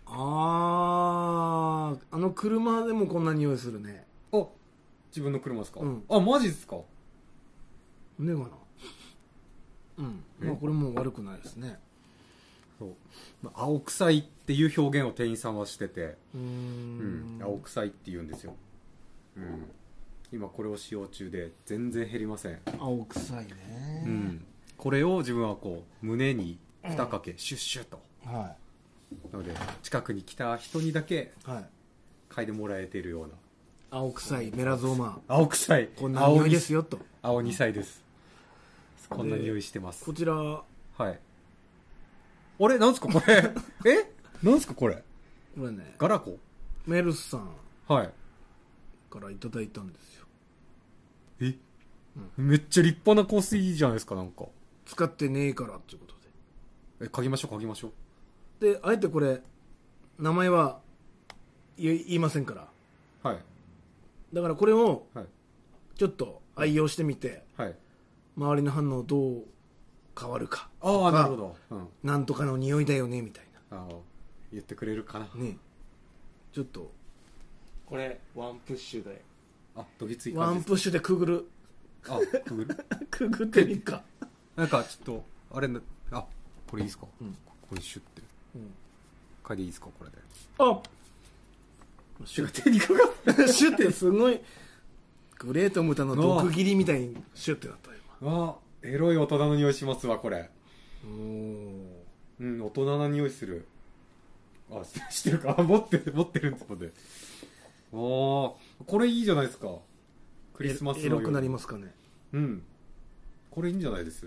[SPEAKER 2] ああああの車でもこんな匂いするね
[SPEAKER 3] あ自分の車ですか、
[SPEAKER 2] うん
[SPEAKER 3] あマジですか
[SPEAKER 2] ねえかなうん
[SPEAKER 3] え
[SPEAKER 2] まあこれも悪くないですね
[SPEAKER 3] そうまあ青臭いっていう表現を店員さんはしてて、
[SPEAKER 2] うー
[SPEAKER 3] うん
[SPEAKER 2] ん、
[SPEAKER 3] 青臭いって言うんですよ、うん、今これを使用中で全然減りません、
[SPEAKER 2] 青臭いね、
[SPEAKER 3] うん、これを自分はこう胸に2かけシュッシュッと
[SPEAKER 2] は
[SPEAKER 3] なので近くに来た人にだけ
[SPEAKER 2] いはい
[SPEAKER 3] 嗅いでもらえているような
[SPEAKER 2] 青臭いメラゾーマ
[SPEAKER 3] 青臭い
[SPEAKER 2] こんな匂いです
[SPEAKER 3] よ
[SPEAKER 2] よと
[SPEAKER 3] 青2歳ですこんな匂いしてます
[SPEAKER 2] こちらこ
[SPEAKER 3] はいあれなんすかこ れえなんすかこれ
[SPEAKER 2] れね
[SPEAKER 3] ガラコ
[SPEAKER 2] メルスさん
[SPEAKER 3] はい
[SPEAKER 2] からいただいたんですよ
[SPEAKER 3] え、めっちゃ立派な香水じゃないですかなんか
[SPEAKER 2] 使ってねえからっていうこと
[SPEAKER 3] え嗅ぎましょう嗅ぎましょう
[SPEAKER 2] でであえてこれ名前は言い言いませんから
[SPEAKER 3] はい
[SPEAKER 2] だからこれを
[SPEAKER 3] はい
[SPEAKER 2] ちょっと愛用してみて
[SPEAKER 3] はい
[SPEAKER 2] 周りの反応どう変わるか
[SPEAKER 3] ああなるほど、うん、
[SPEAKER 2] なんとかの匂いだよねみたい
[SPEAKER 3] あの言ってくれるかな、
[SPEAKER 2] なねちょっと
[SPEAKER 1] これワンプッシュで
[SPEAKER 3] あどぎつい
[SPEAKER 2] ワ
[SPEAKER 3] 感
[SPEAKER 2] ン
[SPEAKER 3] じ
[SPEAKER 2] プッシュでくぐる
[SPEAKER 3] ですあくぐる
[SPEAKER 2] くぐってみっか、
[SPEAKER 3] なんかちょっとあれなあこれいいですか、
[SPEAKER 2] うん
[SPEAKER 3] これシュッて
[SPEAKER 2] うん
[SPEAKER 3] 嗅いでいいですかこれで
[SPEAKER 2] あシュッ
[SPEAKER 3] 手にかかった
[SPEAKER 2] てシュッてすごいグレートムタの毒斬りみたいにシュッてなったよ
[SPEAKER 3] あエロい大人の匂いしますわこれ
[SPEAKER 2] 今おー
[SPEAKER 3] うん大人な匂いするあし してるかあ持って持ってるんですのでああこれいいじゃないですかクリスマスの
[SPEAKER 2] エロくなりますすかね
[SPEAKER 3] うんこれいいんじゃないです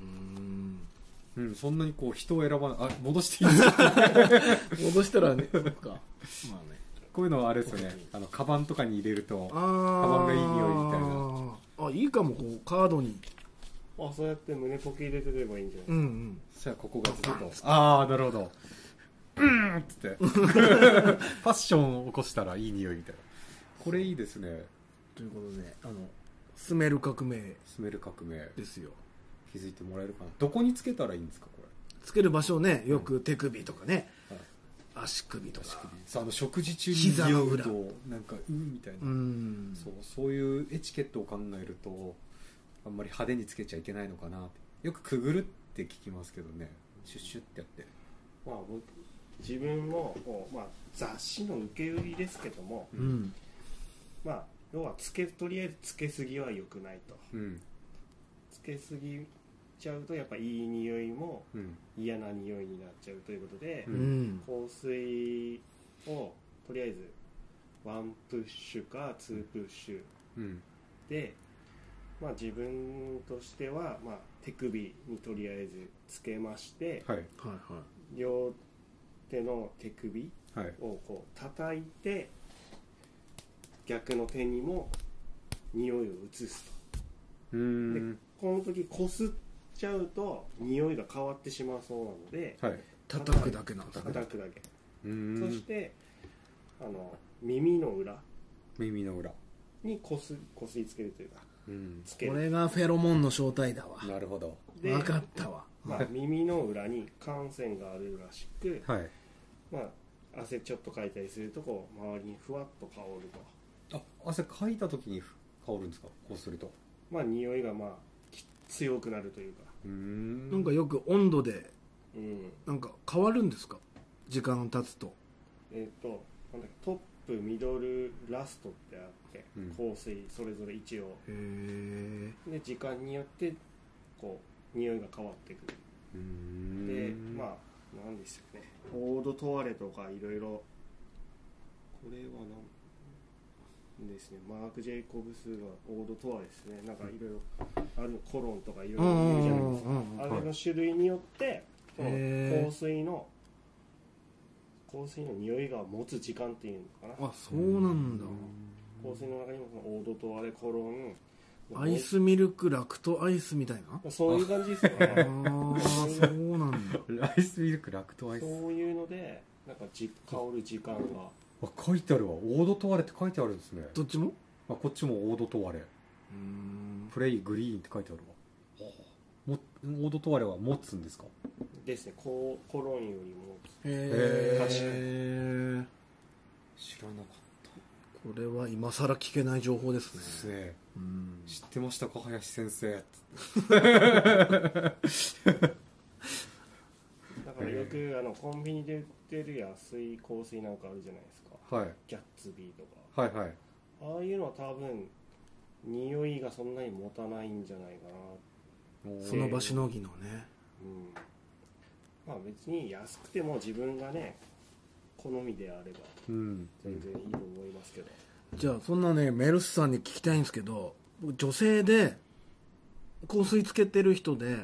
[SPEAKER 2] うん
[SPEAKER 3] うんそんなにこう人を選ばないあ戻していいですか
[SPEAKER 2] 戻した らねそっかまあね
[SPEAKER 3] こういうのはあれですよねあのカバンとかに入れると
[SPEAKER 2] あー
[SPEAKER 3] カバンがいい匂いみたいな
[SPEAKER 2] あいいかもこうカードに
[SPEAKER 1] あそうやって胸ポケ入れてればいいんじゃない、
[SPEAKER 2] うんうん
[SPEAKER 3] そしたらここがずっとああなるほどうんっつって ファッションを起こしたらいい匂いみたいなこれいいですね
[SPEAKER 2] ということであのスメル革命
[SPEAKER 3] スメル革命
[SPEAKER 2] ですよ
[SPEAKER 3] 気づいてもらえるかなどこにつけたらいいんですかこれ
[SPEAKER 2] つける場所をねよく手首とかね、
[SPEAKER 3] はい
[SPEAKER 2] 足首とか
[SPEAKER 3] さあの食事中に
[SPEAKER 2] 膝の裏
[SPEAKER 3] 匂うとなんかうーみたい
[SPEAKER 2] う
[SPEAKER 3] な、
[SPEAKER 2] ん
[SPEAKER 3] そうそういうエチケットを考えるとあんまり派手につけちゃいけないのかなってよくくぐるって聞きますけどねシュッシュッってやって
[SPEAKER 1] まあ僕自分もこう、まあ、雑誌の受け売りですけども、
[SPEAKER 2] うん
[SPEAKER 1] まあ要はつけとりあえずつけすぎは良くないと
[SPEAKER 3] うん
[SPEAKER 1] つけすぎちゃうとやっぱいい匂いも
[SPEAKER 3] うん
[SPEAKER 1] 嫌な匂いになっちゃうということで、
[SPEAKER 3] うん
[SPEAKER 2] うん
[SPEAKER 1] 香水をとりあえずワンプッシュかツープッシュ
[SPEAKER 3] うん
[SPEAKER 1] で、まあ、自分としては、まあ、手首にとりあえずつけまして、
[SPEAKER 3] はい
[SPEAKER 2] はいは
[SPEAKER 1] 両手の手首
[SPEAKER 3] はい
[SPEAKER 1] をこう叩いて逆の手にも匂いを移すと
[SPEAKER 3] うーん
[SPEAKER 1] この時こすっちゃうと匂いが変わってしまうそうなので
[SPEAKER 3] はい
[SPEAKER 2] い叩くだけなんだね
[SPEAKER 1] 叩くだけ、
[SPEAKER 3] うー
[SPEAKER 1] そし
[SPEAKER 3] ん
[SPEAKER 1] てあの耳の裏
[SPEAKER 3] 耳の裏
[SPEAKER 1] にこすこすりつけるというか
[SPEAKER 3] うん
[SPEAKER 1] つけ
[SPEAKER 2] こ
[SPEAKER 1] る
[SPEAKER 2] れがフェロモンの正体だわ
[SPEAKER 3] なるほど
[SPEAKER 1] で
[SPEAKER 2] 分かったわ
[SPEAKER 1] まあ、耳の裏に汗腺があるらしく、
[SPEAKER 3] はい
[SPEAKER 1] まあ、汗ちょっとかいたりするとこう周りにふわっと香ると、
[SPEAKER 3] あ汗かいた時に香るんですかこうすると
[SPEAKER 1] まあ、匂いがまあき強くなるというか、
[SPEAKER 3] うーん
[SPEAKER 2] なんかよく温度で
[SPEAKER 1] うん
[SPEAKER 2] なんか変わるんですか時間経つと
[SPEAKER 1] えっ、となんだっけトップミドルラストってあって、
[SPEAKER 3] うん
[SPEAKER 1] 香水それぞれ一応
[SPEAKER 2] へえ
[SPEAKER 1] で時間によってこう匂いが変わってくる
[SPEAKER 3] うーん
[SPEAKER 1] でまあ何でしたっけねオードトワレとかいろいろこれは何ですねマーク・ジェイコブスがオードトワレですねなんかいろいろあるコロンとかいろ
[SPEAKER 2] う
[SPEAKER 1] いろ
[SPEAKER 2] ん
[SPEAKER 1] 言
[SPEAKER 2] う
[SPEAKER 1] うじゃない
[SPEAKER 2] ん
[SPEAKER 1] です
[SPEAKER 2] う
[SPEAKER 1] か
[SPEAKER 2] ん
[SPEAKER 1] あ
[SPEAKER 2] うん
[SPEAKER 1] れの種類によってこの
[SPEAKER 2] へー
[SPEAKER 1] 香水の香水の匂いが持つ時間っていうのかな
[SPEAKER 2] あそうなんだ
[SPEAKER 1] 香水の中にもこのオードトワレコロン
[SPEAKER 2] アイスミルクラクトアイスみたいな
[SPEAKER 1] そういう感じですよ
[SPEAKER 2] ああ
[SPEAKER 1] ね
[SPEAKER 2] そうなんだ
[SPEAKER 3] アイスミルクラクトアイス
[SPEAKER 1] そういうのでなんかじ香る時間が
[SPEAKER 3] あ書いてあるわ「オードトワレ」って書いてあるんですね
[SPEAKER 2] どっちも
[SPEAKER 3] あこっちも「オードトワレ」「プレイグリーン」って書いてあるわもオードトワレは持つんですか
[SPEAKER 1] ですねココロンよりも
[SPEAKER 2] へ
[SPEAKER 1] へ
[SPEAKER 2] え
[SPEAKER 3] 知らなかった
[SPEAKER 2] これは今更聞けない情報ですね
[SPEAKER 3] ですね
[SPEAKER 2] うん
[SPEAKER 3] 知ってましたか林先生
[SPEAKER 1] だからよく、あのコンビニで売ってる安い香水なんかあるじゃないですか
[SPEAKER 3] はい
[SPEAKER 1] ギャッツビーとか
[SPEAKER 3] はいはい
[SPEAKER 1] ああいうのは多分匂いがそんなに持たないんじゃないかな、
[SPEAKER 2] その場しのぎのね
[SPEAKER 1] うん、まあ別に安くても自分がね好みであれば
[SPEAKER 3] うん
[SPEAKER 1] 全然いいと思いますけど、
[SPEAKER 2] じゃあそんなねメルスさんに聞きたいんですけど僕女性で香水つけてる人で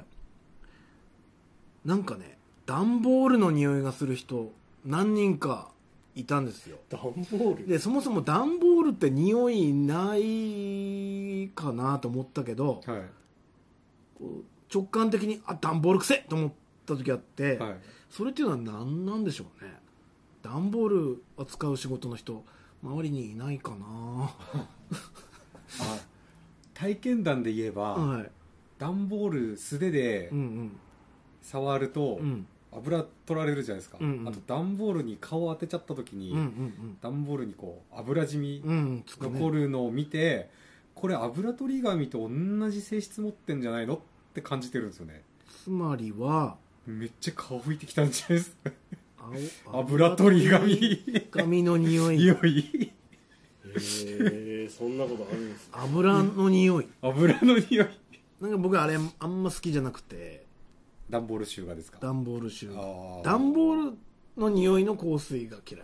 [SPEAKER 2] なんかね段ボールの匂いがする人何人かいたんですよ
[SPEAKER 1] ダンボール
[SPEAKER 2] でそもそも段ボールって匂いないかなと思ったけど
[SPEAKER 3] はい
[SPEAKER 2] こう直感的にあ段ボールくせと思った時あって、
[SPEAKER 3] はい
[SPEAKER 2] それっていうのは何なんでしょうね段ボール扱う仕事の人周りにいない かな
[SPEAKER 3] あ体験談で言えば、
[SPEAKER 2] はい
[SPEAKER 3] 段ボール素手で
[SPEAKER 2] うん
[SPEAKER 3] 触ると
[SPEAKER 2] うんうん
[SPEAKER 3] 油取られるじゃないですか、
[SPEAKER 2] うんうん
[SPEAKER 3] あと段ボールに顔を当てちゃった時に、
[SPEAKER 2] うんうん
[SPEAKER 3] 段ボールにこう油染み
[SPEAKER 2] うんうんつくね
[SPEAKER 3] 残るのを見て、これ油取り紙と同じ性質持ってんじゃないのって感じてるんですよね
[SPEAKER 2] つまりは
[SPEAKER 3] めっちゃ顔拭いてきたんじゃないですか
[SPEAKER 2] 青
[SPEAKER 3] 油取り 紙
[SPEAKER 2] 紙の匂い
[SPEAKER 3] 匂い
[SPEAKER 1] へえそんなことあるんですか
[SPEAKER 2] 油の匂い
[SPEAKER 3] 油の匂い
[SPEAKER 2] なんか僕あれあんま好きじゃなくて
[SPEAKER 3] 段ボール臭がですか
[SPEAKER 2] 段ボール臭
[SPEAKER 3] あー
[SPEAKER 2] 段ボールの匂いの香水が嫌い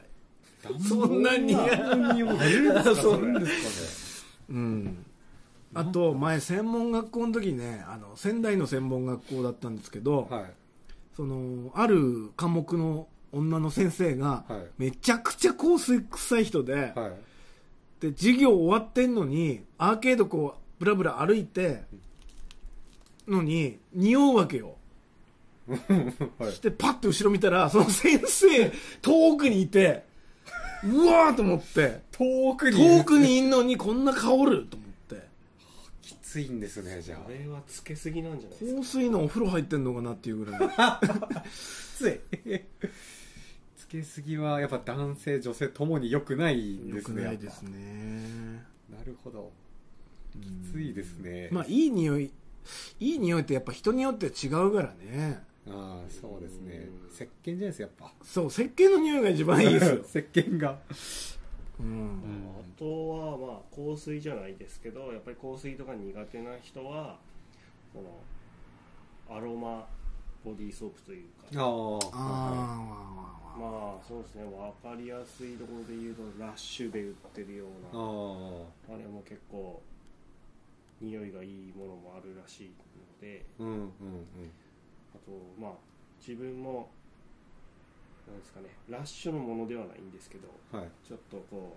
[SPEAKER 2] そんなに
[SPEAKER 3] 段ボールの匂い
[SPEAKER 2] あそ
[SPEAKER 3] そううです
[SPEAKER 2] うんあと前専門学校の時ねあの仙台の専門学校だったんですけど、
[SPEAKER 3] かね
[SPEAKER 2] そのある科目の女の先生が、
[SPEAKER 3] はい
[SPEAKER 2] めちゃくちゃ香水臭い人で、
[SPEAKER 3] はいはい
[SPEAKER 2] で授業終わってんのにアーケードこうブラブラ歩いてのに匂うわけよ、
[SPEAKER 3] はい
[SPEAKER 2] そしてパッて後ろ見たらその先生遠くにいてうわーと思って
[SPEAKER 3] 遠くに
[SPEAKER 2] 遠くにいんのにこんな香ると思って
[SPEAKER 3] きついんですねじゃ
[SPEAKER 1] あ
[SPEAKER 3] あ
[SPEAKER 1] れはつけすぎなんじゃないですか
[SPEAKER 2] 香水のお風呂入ってんのかなっていうぐらい
[SPEAKER 3] きつい つけすぎはやっぱ男性女性ともに良くないんで
[SPEAKER 2] よ
[SPEAKER 3] す
[SPEAKER 2] く
[SPEAKER 3] ね
[SPEAKER 2] ないです
[SPEAKER 3] やっ
[SPEAKER 2] ね
[SPEAKER 3] ぱなるほどきついですね
[SPEAKER 2] まあいい匂いいい匂いってやっぱ人によって違うからね
[SPEAKER 3] ああそうですね
[SPEAKER 1] うん
[SPEAKER 3] 石鹸じゃないですかやっぱ、
[SPEAKER 2] そう石鹸の匂いが一番いいですよ
[SPEAKER 3] 石鹸が
[SPEAKER 2] うん
[SPEAKER 1] あとはまあ香水じゃないですけどやっぱり香水とか苦手な人はそのアロマボディーソープという
[SPEAKER 3] あ
[SPEAKER 1] か
[SPEAKER 2] あ
[SPEAKER 3] あ
[SPEAKER 2] あ、
[SPEAKER 1] まあそうですね分かりやすいところで言うとラッシュで売ってるよう
[SPEAKER 3] あ
[SPEAKER 1] な
[SPEAKER 3] あ
[SPEAKER 1] あれも結構匂いがいいものもあるらしいので
[SPEAKER 3] うんうんうん
[SPEAKER 1] あとまあ自分もなんですかねラッシュのものではないんですけど
[SPEAKER 3] はい
[SPEAKER 1] ちょっとこ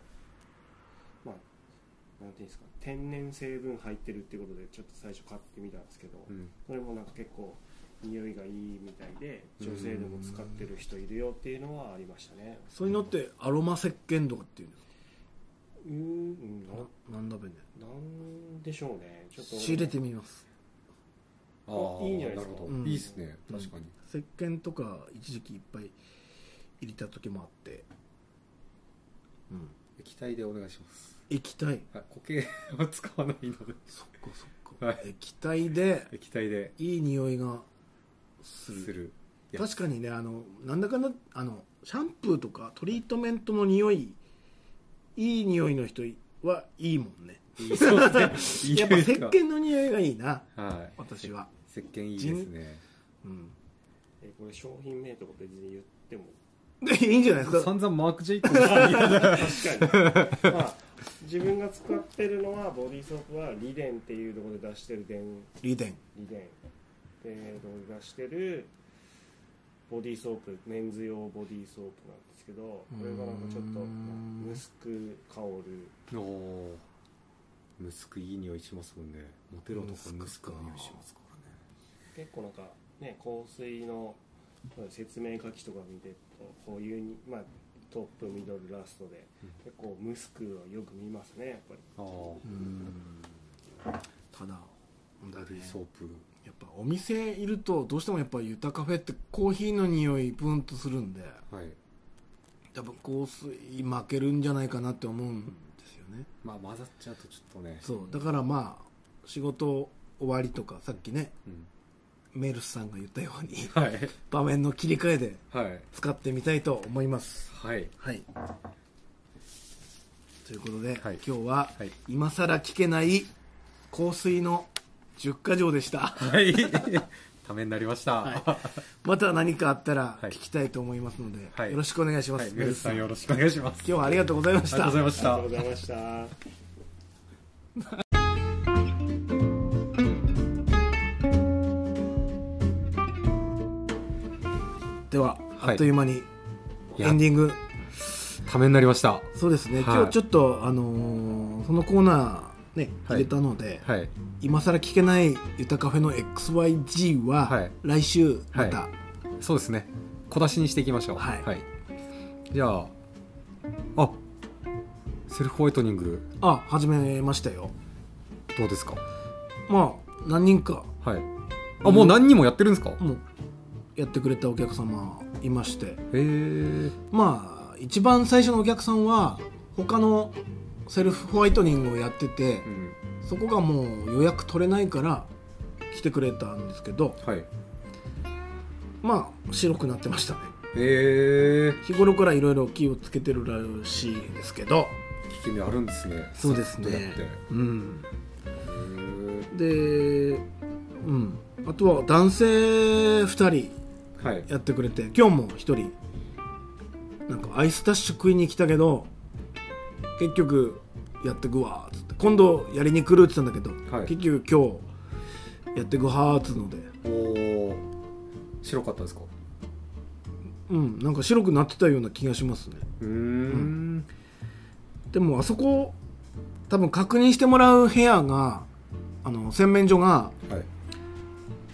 [SPEAKER 1] うまあなんていうんですか天然成分入ってるってことでちょっと最初買ってみたんですけど、
[SPEAKER 3] うん
[SPEAKER 1] それもなんか結構匂いがいいみたいで女性でも使ってる人いるよっていうのはありましたね
[SPEAKER 2] そういうのってアロマ石鹸とかっていうんですか
[SPEAKER 1] うーんな
[SPEAKER 2] なんだべね
[SPEAKER 1] なんでしょうねちょっと
[SPEAKER 2] 仕入れてみます
[SPEAKER 3] ああ
[SPEAKER 1] いいんじゃないですか
[SPEAKER 3] るほ
[SPEAKER 2] う
[SPEAKER 3] ど
[SPEAKER 2] ん
[SPEAKER 3] いいですね確かに
[SPEAKER 2] 石鹸とか一時期いっぱい入れた時もあって、うん、
[SPEAKER 3] 液体でお願いします
[SPEAKER 2] 液体
[SPEAKER 3] はい固形は使わないので
[SPEAKER 2] そっかそっか、
[SPEAKER 3] はい
[SPEAKER 2] 液体で
[SPEAKER 3] 液体で
[SPEAKER 2] いい匂いがする
[SPEAKER 3] するやつ
[SPEAKER 2] 確かにねあのなんだかんだあのシャンプーとかトリートメントの匂いいい匂いの人はいいもんね
[SPEAKER 3] いいそうですねいい
[SPEAKER 2] やっぱ
[SPEAKER 3] です
[SPEAKER 2] 石
[SPEAKER 3] か
[SPEAKER 2] 鹸の匂いがいいな
[SPEAKER 3] はい
[SPEAKER 2] 私は、
[SPEAKER 3] 石鹸いいですね
[SPEAKER 2] うん、
[SPEAKER 1] えこれ商品名とか別に言っても
[SPEAKER 2] でいいんじゃないですか
[SPEAKER 3] 散々マーク・ジェイ コブスに
[SPEAKER 1] 確かにまあ自分が使ってるのはボディーソープはリデンっていうところで出してる電
[SPEAKER 2] リデン
[SPEAKER 1] リデンっていうところで出してるボディーソープメンズ用ボディーソープなんですけどこれがなんかちょっと
[SPEAKER 2] うーん
[SPEAKER 1] まあムスク香る
[SPEAKER 3] おおムスクいい匂いしますもんねモテロとかムスクの匂いしますからね
[SPEAKER 1] 結構なんかね香水の説明書きとか見てるとこういうに、まあ、トップミドルラストで
[SPEAKER 3] うん
[SPEAKER 1] 結構ムスクはよく見ますねやっぱり
[SPEAKER 3] ああ
[SPEAKER 2] うんただだ、ね
[SPEAKER 3] ボディーソープ
[SPEAKER 2] ややっぱお店いるとどうしてもやっぱユタカフェってコーヒーの匂いプンとするんで
[SPEAKER 3] はい
[SPEAKER 2] 多分香水負けるんじゃないかなって思うんですよね
[SPEAKER 3] まあ混ざっちゃうとちょっとね
[SPEAKER 2] そうだからまあ仕事終わりとかさっきね
[SPEAKER 3] うん
[SPEAKER 2] メルスさんが言ったように
[SPEAKER 3] はい
[SPEAKER 2] 場面の切り替えで
[SPEAKER 3] はい
[SPEAKER 2] 使ってみたいと思います
[SPEAKER 3] はい
[SPEAKER 2] はいということで、
[SPEAKER 3] はい
[SPEAKER 2] 今日は
[SPEAKER 3] はい
[SPEAKER 2] 今さら聞けない香水の10か条でした
[SPEAKER 3] はい ためになりました
[SPEAKER 2] はい
[SPEAKER 3] は
[SPEAKER 2] また何かあったら
[SPEAKER 3] は
[SPEAKER 2] 聞
[SPEAKER 3] い
[SPEAKER 2] きたいと思いますので、
[SPEAKER 3] はい
[SPEAKER 2] よろしくお願いします、
[SPEAKER 3] いメルスさん
[SPEAKER 2] メ
[SPEAKER 3] よろしくお願いします
[SPEAKER 2] 今日はありがとうございまし
[SPEAKER 3] ありがとう
[SPEAKER 2] た
[SPEAKER 3] ございまし
[SPEAKER 1] あ
[SPEAKER 3] た
[SPEAKER 1] りがとうございました。
[SPEAKER 2] では、
[SPEAKER 3] はい
[SPEAKER 2] あっという間に
[SPEAKER 3] いや
[SPEAKER 2] エンディング
[SPEAKER 3] ためになりました
[SPEAKER 2] そうですね、
[SPEAKER 3] はい
[SPEAKER 2] 今日ちょっとあのーそのコーナーね
[SPEAKER 3] はい
[SPEAKER 2] 入れたので、
[SPEAKER 3] はい
[SPEAKER 2] 今更聞けない「ゆたカフェ」の XYG は、
[SPEAKER 3] はい
[SPEAKER 2] 来週また、
[SPEAKER 3] はそうですね小出しにしていきましょう
[SPEAKER 2] はい
[SPEAKER 3] じゃああセルフホワイトニング
[SPEAKER 2] あ始めましたよ
[SPEAKER 3] どうですか
[SPEAKER 2] まあ何人か
[SPEAKER 3] はいあもう何人もやってるんですか
[SPEAKER 2] もうやってくれたお客様いまして
[SPEAKER 3] へえ
[SPEAKER 2] まあ一番最初のお客さんは他のセルフホワイトニングをやってて、
[SPEAKER 3] うん
[SPEAKER 2] そこがもう予約取れないから来てくれたんですけど
[SPEAKER 3] はいへ
[SPEAKER 2] まあ白くなってましたね
[SPEAKER 3] え
[SPEAKER 2] 日頃からいろいろ気をつけてるらしいですけど
[SPEAKER 3] 聞き目あるんですね
[SPEAKER 2] そうですね
[SPEAKER 3] ちょっとやってへ
[SPEAKER 2] うん
[SPEAKER 3] ー
[SPEAKER 2] でうんあとは男性2人
[SPEAKER 3] はい
[SPEAKER 2] やってくれて今日も1人なんかアイスタッシュ食いに来たけど結局やってくわーっつって今度やりに来るっつったんだけど、
[SPEAKER 3] はい
[SPEAKER 2] 結局今日やってくはーっつうので
[SPEAKER 3] おお白かったですか
[SPEAKER 2] うんなんか白くなってたような気がしますね
[SPEAKER 3] うーん
[SPEAKER 2] でもあそこ多分確認してもらう部屋があの洗面所が
[SPEAKER 3] はい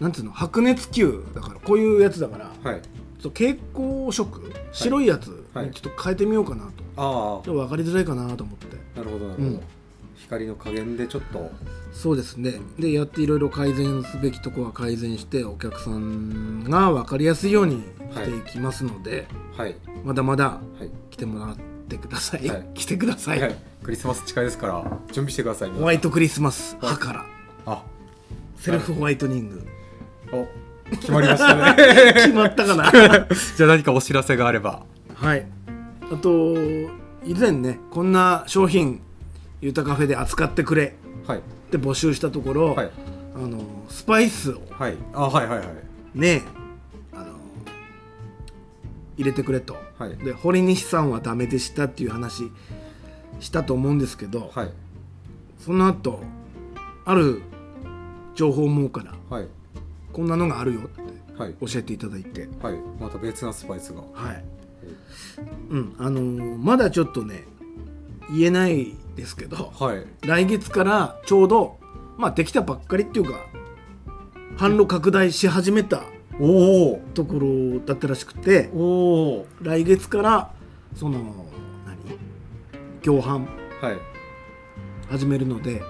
[SPEAKER 2] なんていうの白熱球だからこういうやつだから
[SPEAKER 3] はい
[SPEAKER 2] ちょっと蛍光色白いやつ
[SPEAKER 3] は
[SPEAKER 2] に
[SPEAKER 3] い
[SPEAKER 2] ちょっと変えてみようかなと、ち
[SPEAKER 3] あ
[SPEAKER 2] ょっと分かりづらいかなと思ってて
[SPEAKER 3] あなるほどなるほ
[SPEAKER 2] う
[SPEAKER 3] ど、
[SPEAKER 2] ん
[SPEAKER 3] 光の加減でちょっと
[SPEAKER 2] そうですねでやっていろいろ改善すべきとこは改善してお客さんが分かりやすいようにしていきますので、
[SPEAKER 3] はい
[SPEAKER 2] まだまだ
[SPEAKER 3] はい
[SPEAKER 2] 来てもらってください、
[SPEAKER 3] はい
[SPEAKER 2] 来てください、
[SPEAKER 3] はい、クリスマス近いですから準備してください皆
[SPEAKER 2] ホ
[SPEAKER 3] さん
[SPEAKER 2] ワイトクリスマス派から
[SPEAKER 3] あ
[SPEAKER 2] セルフホワイトニング
[SPEAKER 3] お決まりましたね
[SPEAKER 2] 決まったかな
[SPEAKER 3] じゃあ何かお知らせがあれば
[SPEAKER 2] はいあと以前ねこんな商品ゆたカフェで扱ってくれ
[SPEAKER 3] はい
[SPEAKER 2] って募集したところ、
[SPEAKER 3] はい
[SPEAKER 2] あのスパイスを
[SPEAKER 3] はいあはいはいはい
[SPEAKER 2] ねあの入れてくれと、
[SPEAKER 3] はい
[SPEAKER 2] で堀西さんはダメでしたっていう話したと思うんですけど、
[SPEAKER 3] はい
[SPEAKER 2] その後ある情報網から
[SPEAKER 3] はい
[SPEAKER 2] こんなのがあるよって
[SPEAKER 3] はい
[SPEAKER 2] 教えていただいて
[SPEAKER 3] はいまた別なスパイスが
[SPEAKER 2] はい、うんあのーまだちょっとね言えないですけど
[SPEAKER 3] はい
[SPEAKER 2] 来月からちょうど、まあ、できたばっかりっていうか販路拡大し始めた
[SPEAKER 3] お
[SPEAKER 2] ところだったらしくて
[SPEAKER 3] おおお
[SPEAKER 2] 来月からその何共販
[SPEAKER 3] はい
[SPEAKER 2] 始めるので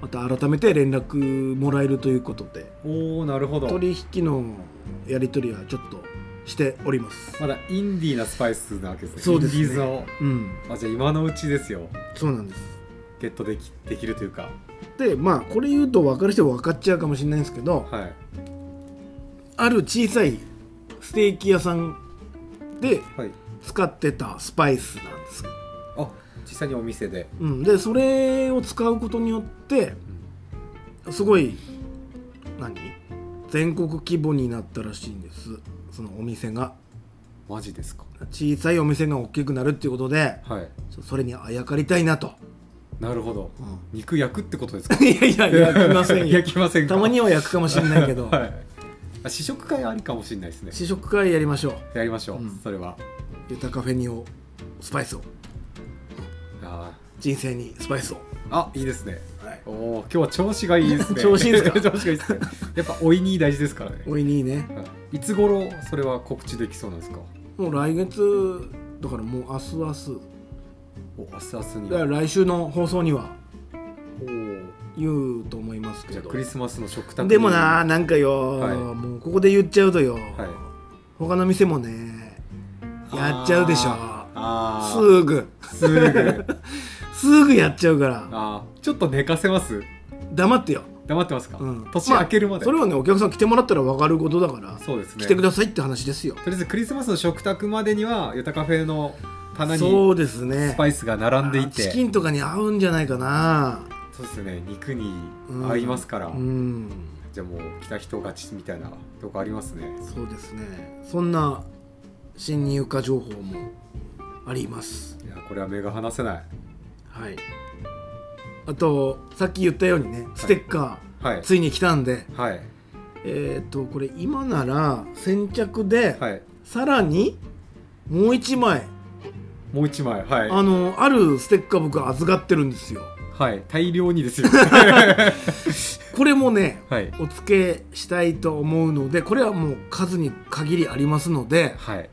[SPEAKER 2] また改めて連絡もらえるということで
[SPEAKER 3] おおなるほど
[SPEAKER 2] 取引のやり取りはちょっとしております
[SPEAKER 3] まだインディーなスパイスなわけですね
[SPEAKER 2] そうですね
[SPEAKER 3] インディーズの
[SPEAKER 2] うん
[SPEAKER 3] あじゃあ今のうちですよ
[SPEAKER 2] そうなんです
[SPEAKER 3] ゲットできできるというか
[SPEAKER 2] でまあこれ言うと分かる人は分かっちゃうかもしれないんですけど
[SPEAKER 3] はい
[SPEAKER 2] ある小さいステーキ屋さんで
[SPEAKER 3] はい
[SPEAKER 2] 使ってたスパイスなんです、
[SPEAKER 3] あ実際にお店で
[SPEAKER 2] うん、でそれを使うことによってすごい何全国規模になったらしいんですそのお店が
[SPEAKER 3] マジですか
[SPEAKER 2] 小さいお店が大きくなるっていうことで
[SPEAKER 3] はい
[SPEAKER 2] ちょそれにあやかりたいなと、
[SPEAKER 3] なるほど
[SPEAKER 2] う
[SPEAKER 3] 肉焼くってことですか
[SPEAKER 2] ん、いやいや焼きませんよ
[SPEAKER 3] 焼きませんか
[SPEAKER 2] たまには焼くかもしれないけど、
[SPEAKER 3] はいあ試食会ありかもしれないですね
[SPEAKER 2] 試食会やりましょう
[SPEAKER 3] やりましょう、
[SPEAKER 2] うん
[SPEAKER 3] それは
[SPEAKER 2] ゆたカフェニオスパイスを
[SPEAKER 3] あ
[SPEAKER 2] 人生にスパイスを、
[SPEAKER 3] ーあいいですね
[SPEAKER 2] はい、
[SPEAKER 3] おお今日は調子がいいです ね
[SPEAKER 2] 調子いいですか
[SPEAKER 3] 調子がいいですねやっぱおいに大事ですからね
[SPEAKER 2] おいにね
[SPEAKER 3] はいいつ頃それは告知できそうなんですか
[SPEAKER 2] もう来月だからもう明日明日
[SPEAKER 3] お明日明日に
[SPEAKER 2] だから来週の放送には
[SPEAKER 3] おー
[SPEAKER 2] 言うと思いますけ
[SPEAKER 3] じゃあ
[SPEAKER 2] ど
[SPEAKER 3] クリスマスの食卓に
[SPEAKER 2] でもななんかよ、
[SPEAKER 3] はい
[SPEAKER 2] もうここで言っちゃうとよ、
[SPEAKER 3] はい
[SPEAKER 2] 他の店もねやっちゃうでしょ
[SPEAKER 3] あー
[SPEAKER 2] すぐ
[SPEAKER 3] すぐ
[SPEAKER 2] すぐやっちゃうから
[SPEAKER 3] あーちょっと寝かせます
[SPEAKER 2] 黙ってよ、
[SPEAKER 3] 黙ってますか、
[SPEAKER 2] うん、
[SPEAKER 3] 年明けるま
[SPEAKER 2] あ
[SPEAKER 3] で、
[SPEAKER 2] それはねお客さん来てもらったら分かることだから、
[SPEAKER 3] そうですね
[SPEAKER 2] 来てくださいって話ですよ
[SPEAKER 3] とりあえずクリスマスの食卓までにはヨタカフェの棚
[SPEAKER 2] そ
[SPEAKER 3] に
[SPEAKER 2] うですね
[SPEAKER 3] スパイスが並んでい
[SPEAKER 2] あ
[SPEAKER 3] て
[SPEAKER 2] チキンとかに合うんじゃないかな
[SPEAKER 3] そうですね肉に
[SPEAKER 2] うん
[SPEAKER 3] 合いますから、
[SPEAKER 2] うん
[SPEAKER 3] じゃあもう来た人勝ちみたいなとこありますね
[SPEAKER 2] そうですねそんな新入荷情報もあります
[SPEAKER 3] いやこれは目が離せない
[SPEAKER 2] はいあとさっき言ったようにねステッカ
[SPEAKER 3] は
[SPEAKER 2] ー
[SPEAKER 3] い
[SPEAKER 2] ついに来たんで、
[SPEAKER 3] はい
[SPEAKER 2] えっ、とこれ今なら先着で、
[SPEAKER 3] はい
[SPEAKER 2] さらにもう一枚
[SPEAKER 3] もう一枚はい
[SPEAKER 2] あのあるステッカー僕預かってるんですよ
[SPEAKER 3] はい大量 にですよ
[SPEAKER 2] これもね
[SPEAKER 3] はい
[SPEAKER 2] お付けしたいと思うのでこれはもう数に限りありますので、
[SPEAKER 3] はい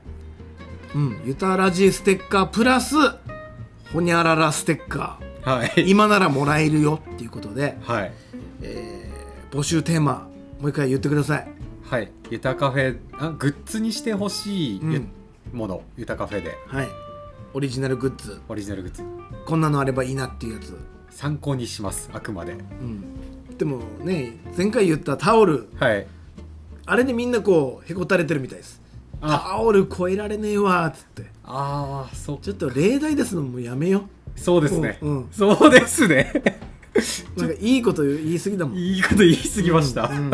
[SPEAKER 2] うん、ユタラジステッカープラスホニャララステッカ
[SPEAKER 3] はい
[SPEAKER 2] ー今ならもらえるよっていうことで、
[SPEAKER 3] はい
[SPEAKER 2] えー募集テーマもう一回言ってください
[SPEAKER 3] はいゆたカフェあグッズにしてほしいゆ
[SPEAKER 2] うん
[SPEAKER 3] ものゆたカフェで
[SPEAKER 2] はいオリジナルグッズ
[SPEAKER 3] オリジナルグッズ
[SPEAKER 2] こんなのあればいいなっていうやつ、
[SPEAKER 3] 参考にしますあくまで
[SPEAKER 2] うん、でもね前回言ったタオル
[SPEAKER 3] はい
[SPEAKER 2] あれでみんなこうへこたれてるみたいです
[SPEAKER 3] あ
[SPEAKER 2] タオル超えられねえわーっつって
[SPEAKER 3] ああそう
[SPEAKER 2] ちょっと例題ですのもうやめよ
[SPEAKER 3] そうですね、
[SPEAKER 2] うんうん
[SPEAKER 3] そうです ね
[SPEAKER 2] うなんかいいこと言い過ぎだもん
[SPEAKER 3] いいこと言い過ぎました、
[SPEAKER 2] うん
[SPEAKER 3] い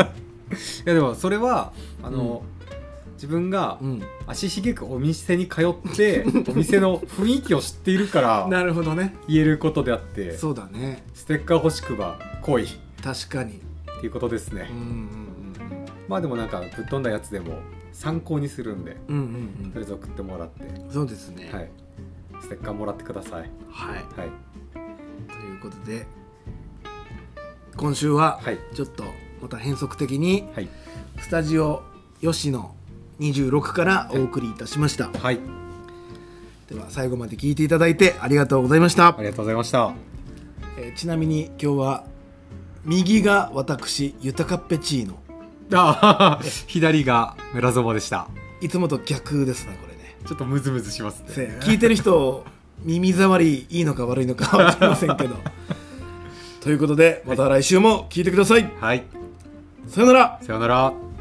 [SPEAKER 3] やでもそれはあの、自分が
[SPEAKER 2] うん
[SPEAKER 3] 足しげくお店に通ってお店の雰囲気を知っているか ら
[SPEAKER 2] なるほどね
[SPEAKER 3] 言えることであって
[SPEAKER 2] そうだね
[SPEAKER 3] ステッカー欲しくば来いっ
[SPEAKER 2] 確かに
[SPEAKER 3] ていうことです
[SPEAKER 2] う
[SPEAKER 3] ね、
[SPEAKER 2] ん
[SPEAKER 3] まあでもなんかぶっ飛んだやつでも参考にするんで
[SPEAKER 2] うんうんうん
[SPEAKER 3] とりあえず送ってもらって、
[SPEAKER 2] うんそうですね
[SPEAKER 3] はい、ステッカーもらってください
[SPEAKER 2] はい
[SPEAKER 3] はい
[SPEAKER 2] ということで今週は
[SPEAKER 3] はい
[SPEAKER 2] ちょっとまた変則的に
[SPEAKER 3] はい
[SPEAKER 2] スタジオ吉野26からお送りいたしました
[SPEAKER 3] はい
[SPEAKER 2] では最後まで聞いていただいてありがとうございました
[SPEAKER 3] ありがとうございました
[SPEAKER 2] えーちなみに今日は右が私ユタカッペチーノ
[SPEAKER 3] あー左がメラゾマでした
[SPEAKER 2] いつもと逆ですねこれね
[SPEAKER 3] ちょっとムズムズしますね
[SPEAKER 2] せや聞いてる人耳障りいいのか悪いのか分かりませんけ どということでまた来週も聞いてください、
[SPEAKER 3] はい
[SPEAKER 2] さよなら
[SPEAKER 3] さようなら